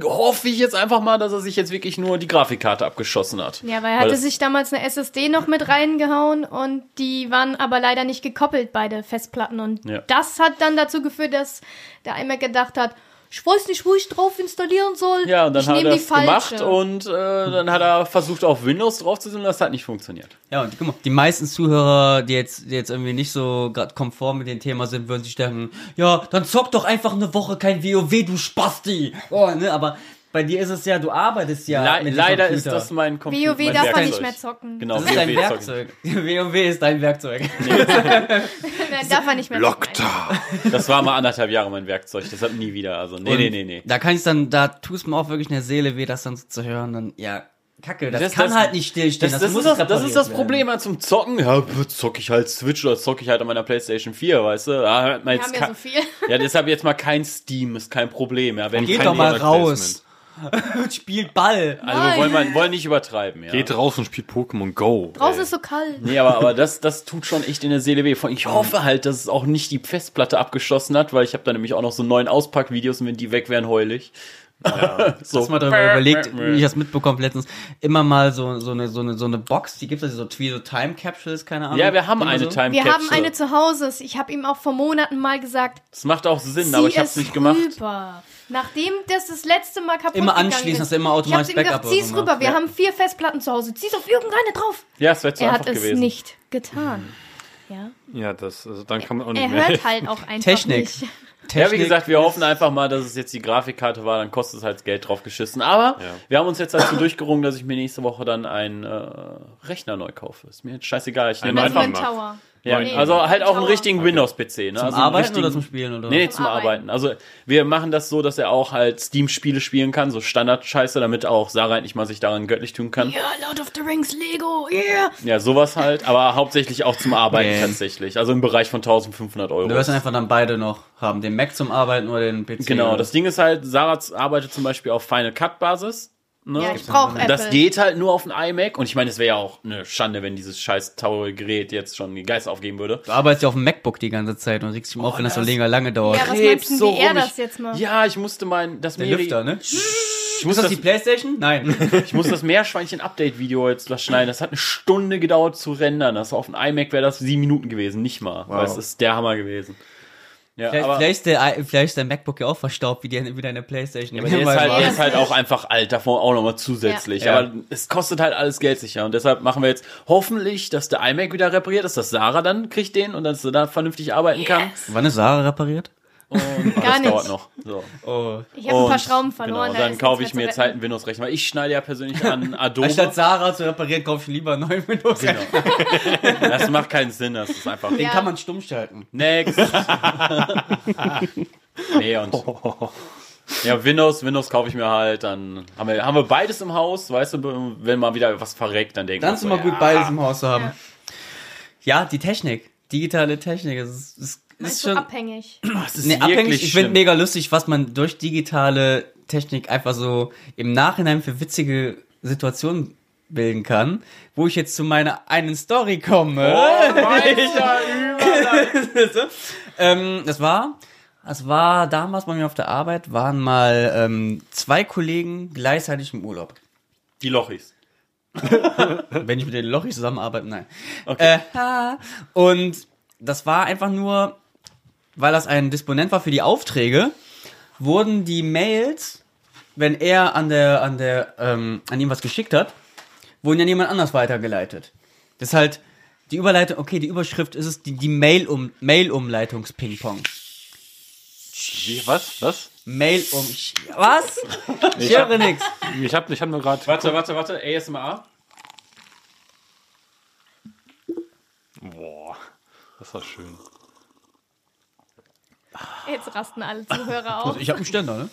S1: hoffe ich jetzt einfach mal, dass er sich jetzt wirklich nur die Grafikkarte abgeschossen hat.
S2: Ja, weil er hatte
S1: das-
S2: sich damals eine SSD noch mit reingehauen und die waren aber leider nicht gekoppelt, beide Festplatten. Und
S1: Ja.
S2: das hat dann dazu geführt, dass der iMac gedacht hat, ich weiß nicht, wo ich drauf installieren soll.
S1: Ja, und dann
S2: ich
S1: hat
S2: nehme
S1: er
S2: die
S1: es gemacht
S2: falsche.
S1: und äh, dann hat er versucht, auf Windows draufzusetzen und das hat nicht funktioniert.
S3: Ja, und guck mal, die meisten Zuhörer, die jetzt, die jetzt irgendwie nicht so gerade konform mit dem Thema sind, würden sich denken, ja, dann zock doch einfach eine Woche kein WoW, du Spasti. Oh, ne, aber bei dir ist es ja, du arbeitest ja
S1: Le
S3: mit dem
S1: leider ist
S3: Computer.
S1: das mein Computer.
S2: WoW
S1: mein
S2: darf man
S1: Werkzeug.
S2: nicht mehr zocken.
S1: Genau,
S3: Das ist dein
S1: WoW zocken.
S3: Werkzeug. WoW ist dein Werkzeug.
S2: Nein, darf er nicht mehr zocken.
S1: Das war mal anderthalb Jahre mein Werkzeug, deshalb nie wieder. Also, nee,
S3: Und
S1: nee, nee, nee.
S3: Da kann ich dann, da tut es mir auch wirklich in der Seele weh, das dann so zu hören, dann, ja, kacke, das,
S1: Das-
S3: kann
S1: das-
S3: halt nicht stillstehen,
S1: Das,
S3: das,
S1: das,
S3: muss
S1: ist das, das
S3: repariert
S1: ist das
S3: werden.
S1: Problem an zum Zocken. Ja, zock ich halt Switch oder zock ich halt an meiner PlayStation 4, weißt du? Ah, hat man
S2: Wir
S1: jetzt
S2: haben ja
S1: ka-
S2: so viel.
S1: Ja, deshalb jetzt mal kein Steam, ist kein Problem. Ja, wenn
S3: Geht
S1: kein
S3: doch mal
S1: Product
S3: raus. Spielt Ball.
S1: Placement. Also wir wollen, wir wollen nicht übertreiben, ja.
S4: Geht raus und spielt Pokémon Go.
S2: Draußen ist so kalt.
S1: Nee, aber, aber das, das tut schon echt in der Seele weh. Vor allem, Ich hoffe halt, dass es auch nicht die Festplatte abgeschossen hat, weil ich habe da nämlich auch noch so neun Auspackvideos und wenn die weg wären, heul ich. so.
S3: Hast du mal darüber überlegt, wie ich das mitbekommen hab letztens, immer mal so, so, eine, so, eine, so eine Box, die gibt es, so, wie so Time Capsules, keine Ahnung.
S1: Ja, wir haben
S3: Immer
S1: eine
S3: so.
S1: Time
S2: Wir
S1: Capsule.
S2: haben eine zu Hause. Ich habe ihm auch vor Monaten mal gesagt,
S1: das macht auch Sinn,
S2: zieh
S1: aber ich hab's
S2: es
S1: nicht gemacht.
S2: rüber. Nachdem das das letzte Mal kaputt
S3: Immer
S2: gegangen
S3: anschließend,
S2: ist.
S3: hast du immer
S2: Ich hab's
S3: automatisch
S2: ihm gesagt,
S3: Backup
S2: zieh es
S3: irgendwann.
S2: rüber. Wir
S1: ne? Ja.
S2: haben vier Festplatten zu Hause. Zieh's auf irgendeine drauf.
S1: Ja, es wäre zu
S2: er
S1: einfach
S2: hat es
S1: gewesen.
S2: nicht getan. Ja.
S4: Ja, das, also, dann kann man auch
S1: Hm,
S4: nicht
S2: Er
S4: mehr.
S2: hört halt auch einfach
S3: Technik.
S2: nicht.
S1: Ja, wie gesagt, wir hoffen einfach mal, dass es jetzt die Grafikkarte war, dann kostet es halt Geld drauf geschissen. Aber
S4: Ja.
S1: wir haben uns jetzt dazu durchgerungen, dass ich mir nächste Woche dann einen äh, Rechner neu kaufe. Ist mir jetzt scheißegal. Ich nehme
S4: Einen
S2: Also
S1: einfach
S2: mit
S4: Mann.
S2: Tower.
S1: Ja,
S2: Nee,
S1: also halt auch einen
S2: Tower.
S1: richtigen Windows-PC. Ne? Zum also einen
S3: Arbeiten
S1: richtigen-
S3: oder zum Spielen oder?
S1: Nee, nee,
S2: Zum
S1: zum Arbeiten.
S2: Arbeiten.
S1: Also wir machen das so, dass er auch halt Steam-Spiele spielen kann, so Standard-Scheiße, damit auch Sarah endlich mal sich daran göttlich tun kann.
S2: Ja, Lord of the Rings, Lego, yeah.
S1: Ja, sowas halt, aber hauptsächlich auch zum Arbeiten
S3: Nee.
S1: tatsächlich. Also im Bereich von 1500 Euro.
S3: Du wirst einfach dann beide noch haben. Den Mac zum Arbeiten oder den PC.
S1: genau,
S3: oder-
S1: das Ding ist halt, Sarah z- arbeitet zum Beispiel auf Final Cut-Basis. Ne?
S2: Ja, ich brauche Apple.
S1: das geht halt nur auf dem iMac und ich meine, es wäre ja auch eine Schande, wenn dieses scheiß teure Gerät jetzt schon den Geist aufgeben würde.
S3: Du arbeitest ja auf dem MacBook die ganze Zeit und regst dich immer auf, wenn das so
S1: Oh, das-
S3: länger lange dauert.
S2: Ja, was
S1: Krebs
S2: meinst du,
S1: so
S2: wie er
S1: rum. Ich-
S2: das jetzt macht?
S1: Ja, ich musste mein das
S3: Der
S1: Meri-
S3: Lüfter, ne?
S1: Ich muss das,
S3: Playstation? Nein.
S1: ich muss das Meerschweinchen-Update-Video jetzt was schneiden. Das hat eine Stunde gedauert zu rendern. Das war auf dem iMac wäre das sieben Minuten gewesen, nicht mal. Weil es ist der Hammer gewesen. Ja,
S3: vielleicht,
S1: aber,
S3: vielleicht, ist der, vielleicht ist der MacBook ja auch verstaubt wie, die, wie deine Playstation.
S1: aber der ist halt, der
S2: Ja,
S1: ist halt auch einfach alt, davon auch nochmal zusätzlich.
S3: Ja.
S1: Aber es kostet halt alles Geld sicher. Und deshalb machen wir jetzt hoffentlich, dass der iMac wieder repariert ist, dass Sarah dann kriegt den und dass sie da vernünftig arbeiten kann.
S3: Wann ist Sarah repariert?
S1: Und
S2: Gar
S1: das dauert
S2: nicht.
S1: noch. So.
S3: Oh.
S2: Ich habe ein paar
S1: Und
S2: Schrauben verloren.
S1: Genau,
S2: da
S1: dann
S2: ist
S1: kaufe
S2: nichts
S1: ich
S2: mehr
S1: mir jetzt
S2: zu
S1: halt einen Windows-Rechner. weil Ich schneide ja persönlich an Adobe.
S3: Anstatt Sarah zu reparieren, kaufe ich lieber einen neuen Windows.
S1: Genau. Das macht keinen Sinn, das ist einfach.
S3: Den
S2: Ja.
S3: kann man stumm schalten.
S1: Next. nee, und. Ja, Windows, Windows kaufe ich mir halt, dann haben wir, haben wir beides im Haus, weißt du, wenn mal wieder was verreckt, dann denken
S3: Dann
S1: wir
S3: ist
S1: so,
S3: immer
S1: ja.
S3: gut, beides im Haus zu haben. Ja, die Technik. Digitale Technik. Es ist, es
S2: Meinst
S3: ist
S2: du
S3: schon
S2: abhängig?
S1: oh, Das ist
S3: nee, abhängig.
S1: wirklich
S3: Ich finde
S1: schlimm.
S3: mega lustig, was man durch digitale Technik einfach so im Nachhinein für witzige Situationen bilden kann, wo ich jetzt zu meiner einen Story komme.
S1: Oh,
S3: ähm, das war, das war damals bei mir auf der Arbeit, waren mal ähm, zwei Kollegen gleichzeitig im Urlaub.
S1: Die Lochis.
S3: Wenn ich mit den Lochis zusammenarbeite, nein. Äh, ha. und das war einfach nur, weil das ein Disponent war für die Aufträge, wurden die Mails, wenn er an der, an der, ähm, an ihm was geschickt hat, wurden ja jemand anders weitergeleitet. Das ist halt die Überleitung, okay, die Überschrift ist es, die, die Mail um, Mail-Umleitungs-Ping-Pong.
S4: Wie, was? Was?
S3: Mail um, was? Ich höre nix.
S4: Ich hab, ich hab nur gerade.
S1: Warte, warte, warte, ASMR.
S4: Boah, das war schön.
S2: Jetzt rasten alle Zuhörer auf.
S3: Ich habe einen Ständer, ne?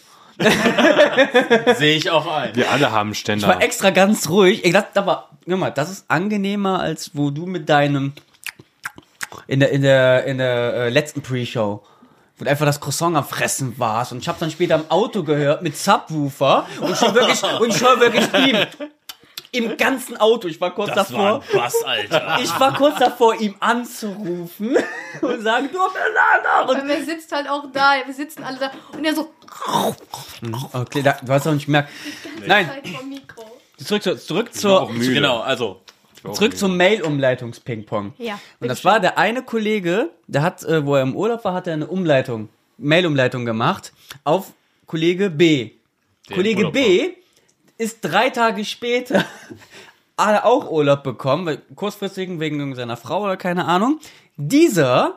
S1: Sehe ich auch ein.
S4: Wir alle haben
S3: Ich war
S4: Ständer.
S3: extra ganz ruhig. Ich dachte, aber, guck mal, das ist angenehmer, als wo du mit deinem in der, in der, in der äh, letzten Pre-Show, wo du einfach das Croissant am Fressen warst und ich hab's dann später im Auto gehört mit Subwoofer und schon wirklich, und ich höre wirklich ihm. Im ganzen Auto. Ich war kurz davor.
S1: Bass, Alter.
S3: Ich war kurz davor, ihm anzurufen und sagen, du bist ein anderer.
S2: Weil wir sitzt halt auch da, wir sitzen alle da. Und er so,
S3: Okay, da, du hast auch nicht gemerkt. Nein,
S2: halt vom Mikro.
S3: zurück, zu, zurück zur,
S4: auch müde.
S1: Genau, also.
S3: zurück zum Mail-Umleitungs-Ping-Pong.
S2: Ja.
S3: Und das war der eine Kollege, der hat, äh, wo er im Urlaub war, hat er eine Umleitung, Mail-Umleitung gemacht auf Kollege B. Kollege
S4: Urlaub
S3: B ist drei Tage später hat er auch Urlaub bekommen, weil kurzfristig wegen seiner Frau oder keine Ahnung. Dieser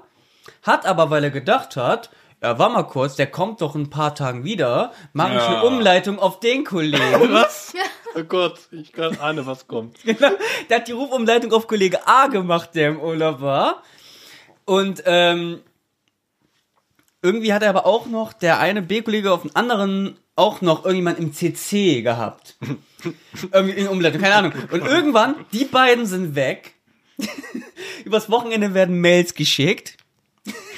S3: hat aber, weil er gedacht hat, er war mal kurz, der kommt doch in ein paar Tagen wieder, mache ich eine
S1: Ja.
S3: Umleitung auf den Kollegen.
S4: Was? Oh Gott, ich kann ahne, was kommt.
S3: Der hat die Rufumleitung auf Kollege A gemacht, der im Urlaub war. Und ähm, irgendwie hat er aber auch noch der eine B-Kollege auf den anderen auch noch irgendjemand im CC gehabt. irgendwie in Umleitung, keine Ahnung. Und irgendwann, die beiden sind weg. Übers Wochenende werden Mails geschickt.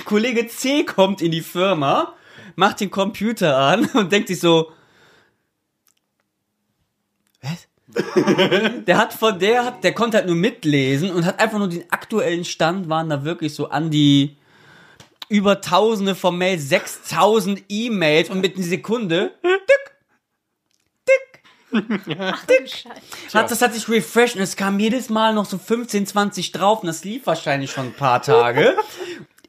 S3: Kollege C kommt in die Firma, macht den Computer an und denkt sich so, was? Der hat von der hat, der konnte halt nur mitlesen und hat einfach nur den aktuellen Stand waren da wirklich so an die über Tausende von Mails, 6000 E-Mails und mit einer Sekunde hat das hat sich refreshed und es kam jedes Mal noch so 15, 20 drauf und das lief wahrscheinlich schon ein paar Tage.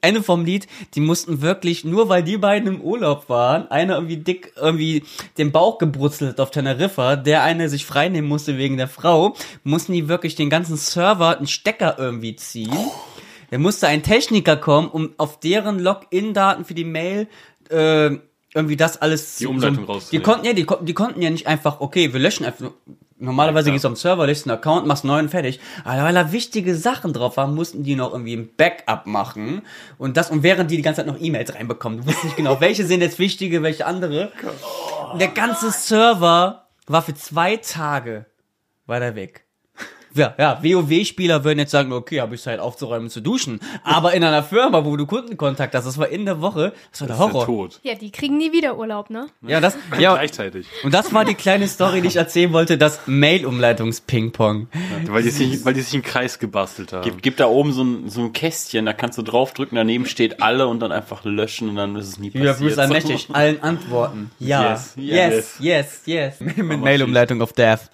S3: Ende vom Lied, die mussten wirklich, nur weil die beiden im Urlaub waren, einer irgendwie dick irgendwie den Bauch gebrutzelt auf Teneriffa, der eine sich freinehmen musste wegen der Frau, mussten die wirklich den ganzen Server einen Stecker irgendwie ziehen. Da musste ein Techniker kommen, um auf deren Login-Daten für die Mail äh, irgendwie das alles
S4: Die Umleitung
S3: so,
S4: rauszunehmen.
S3: Die konnten ja, die, kon- die konnten ja nicht einfach, okay, wir löschen einfach. nur- Normalerweise gehst du am Server, lädst einen Account, machst einen neuen fertig. Aber weil da wichtige Sachen drauf waren, mussten die noch irgendwie ein Backup machen. Und das, und während die die ganze Zeit noch E-Mails reinbekommen. Du wusstest nicht genau, welche sind jetzt wichtige, welche andere. Der ganze Server war für zwei Tage weiter weg. Ja, ja, WoW-Spieler würden jetzt sagen, okay, habe ich Zeit aufzuräumen und zu duschen. Aber in einer Firma, wo du Kundenkontakt hast, das war in der Woche, das war der
S4: Horror. Ist ja
S3: Horror.
S4: tot.
S2: Ja, die kriegen nie wieder Urlaub, ne?
S3: Ja, das,
S4: Genau.
S3: ja,
S4: Gleichzeitig.
S3: und das war die kleine Story, die ich erzählen wollte, das Mail-Umleitungs-Ping-Pong.
S4: Weil die, sich, weil die sich einen Kreis gebastelt haben.
S1: Gibt, gibt da oben so ein, so ein Kästchen, da kannst du draufdrücken, daneben steht alle und dann einfach löschen und dann ist es nie
S3: Julia
S1: passiert.
S3: Bruce allmächtig, allen Antworten. Ja.
S1: Yes,
S3: Yes, yes, yes. Mit Mail-Umleitung auf Death.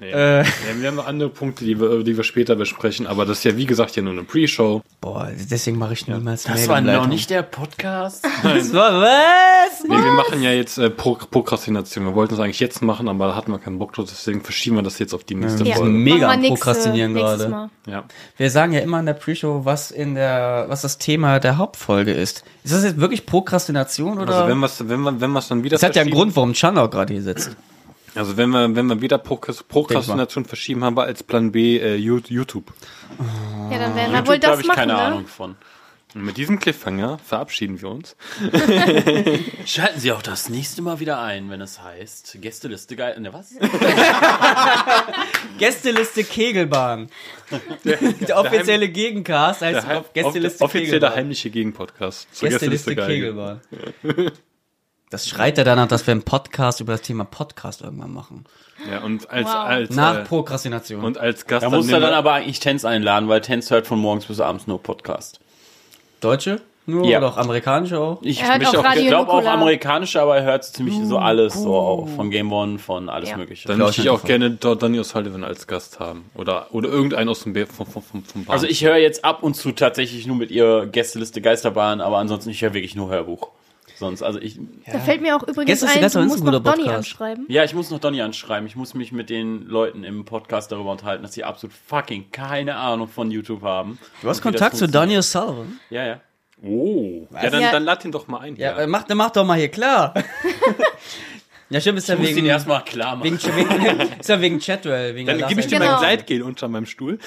S4: Nee.
S3: Äh.
S4: Ja, wir haben noch andere Punkte, die wir, die wir später besprechen, aber das ist ja wie gesagt ja nur eine Pre-Show.
S3: Boah, deswegen mache ich niemals
S1: Das war noch nicht der Podcast.
S3: Das war was?
S4: Nee, wir machen ja jetzt äh, Pro Prokrastination. Wir wollten es eigentlich jetzt machen, aber da hatten wir keinen Bock drauf, deswegen verschieben wir das jetzt auf die nächste
S3: Ja.
S4: Folge.
S3: mega
S2: Machen wir äh,
S3: am Prokrastinieren
S2: nächstes
S3: gerade.
S2: Mal.
S4: Ja.
S3: Wir sagen ja immer in der Pre-Show, was in der, was das Thema der Hauptfolge ist. Ist das jetzt wirklich Prokrastination oder?
S4: Also wenn wir es wenn wir, wenn wir's dann wieder
S3: das hat ja einen
S4: verschieben-
S3: Grund, warum Chan auch gerade hier sitzt.
S4: Also wenn wir, wenn wir wieder Prokras- Prokrastination verschieben, haben wir als Plan B äh, You- YouTube.
S2: Ja,
S3: Ah.
S2: dann werden wir
S1: YouTube
S2: wohl
S1: habe
S2: das
S1: ich
S2: machen,
S1: keine
S2: ne?
S1: Ahnung von.
S4: Und mit diesem Cliffhanger verabschieden wir uns.
S1: Schalten Sie auch das nächste Mal wieder ein, wenn es heißt Gästeliste geil. Ne, was?
S3: Gästeliste Kegelbahn. Der offizielle Gegencast heißt
S4: Der heim-
S3: Gästeliste
S4: off- offiziell der
S3: Kegelbahn.
S4: heimliche Gegenpodcast. zur
S3: Gästeliste
S4: Geil.
S3: Kegelbahn. Das schreit ja danach, dass wir einen Podcast über das Thema Podcast irgendwann machen.
S4: Ja, und als,
S2: Wow.
S4: als,
S3: Nach
S4: äh,
S3: Prokrastination.
S4: und als Gast
S1: Da muss er
S4: nehmen wir-
S1: dann aber eigentlich Tens einladen, weil Tens hört von morgens bis abends nur Podcast.
S3: Deutsche? Nur
S1: Ja.
S3: oder auch amerikanische auch?
S1: Ich
S2: Er hört auch Radio
S1: glaube auch
S2: Nukular.
S1: amerikanische, aber er hört ziemlich so alles so auch von Game One, von alles
S2: Ja.
S1: Mögliche.
S4: Dann
S3: Klar,
S4: möchte ich
S3: schon
S4: auch gerne Do- Donny O'Sullivan als Gast haben. Oder, oder irgendeinen aus dem Be vom, vom, vom, vom Bahn.
S1: also ich höre jetzt ab und zu tatsächlich nur mit ihr Gästeliste Geisterbahn, aber ansonsten ich höre wirklich nur Hörbuch. Sonst, also ich,
S2: Da fällt mir auch übrigens
S3: Gästeliste
S2: ein, du
S3: Geisterbahn ist
S2: musst
S3: ein
S2: noch
S3: guter
S2: Donny
S3: Podcast.
S2: anschreiben.
S1: ja, ich muss noch Donny anschreiben. Ich muss mich mit den Leuten im Podcast darüber unterhalten, dass sie absolut fucking keine Ahnung von YouTube haben.
S3: Du hast Kontakt zu Daniel Sullivan.
S1: Ja, ja.
S4: oh. Ja, dann,
S2: Ja.
S4: dann lad ihn doch mal ein.
S3: Ja,
S4: hier.
S3: äh, mach, mach doch mal hier klar. ja, stimmt, ist ja
S1: Ich muss ihn
S3: wegen,
S1: erstmal klar machen.
S3: wegen, wegen, ist ja wegen Chatwell. Wegen
S4: dann
S3: der
S4: gebe ich
S3: Last
S4: dir
S2: Genau.
S4: mein Gleitgel unter meinem Stuhl.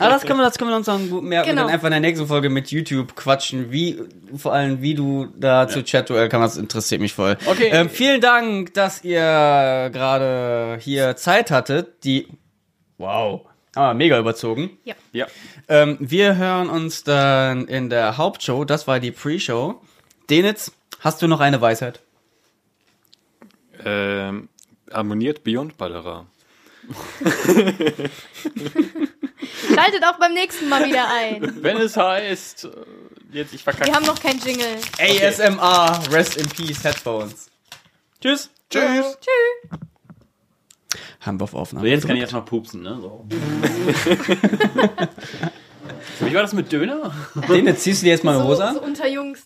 S3: Ah, das können wir, das können wir uns dann gut merken.
S2: Genau.
S3: Und dann einfach in der nächsten Folge mit YouTube quatschen, wie, vor allem, wie du da zu Chat-Duell kamst, das interessiert mich voll.
S1: Okay.
S3: Ähm, vielen Dank, dass ihr gerade hier Zeit hattet, die, wow, ah, mega überzogen.
S2: Ja.
S1: Ja.
S3: Ähm, wir hören uns dann in der Hauptshow, das war die Pre-Show. Denitz, hast du noch eine Weisheit?
S4: Ähm, abonniert Beyond Ballera.
S2: Schaltet auch beim nächsten Mal wieder ein.
S1: Wenn es heißt, äh, jetzt ich verkacke.
S2: Wir haben noch keinen Jingle.
S3: ASMR, Rest in Peace, Headphones. Tschüss.
S4: Tschüss.
S3: Haben wir auf Aufnahme.
S1: So, Also jetzt kann ich erstmal pupsen, ne? So. Wie war das mit Döner?
S3: Denitz, ziehst du dir jetzt mal eine
S2: So,
S3: Hose an?
S2: so unter Jungs.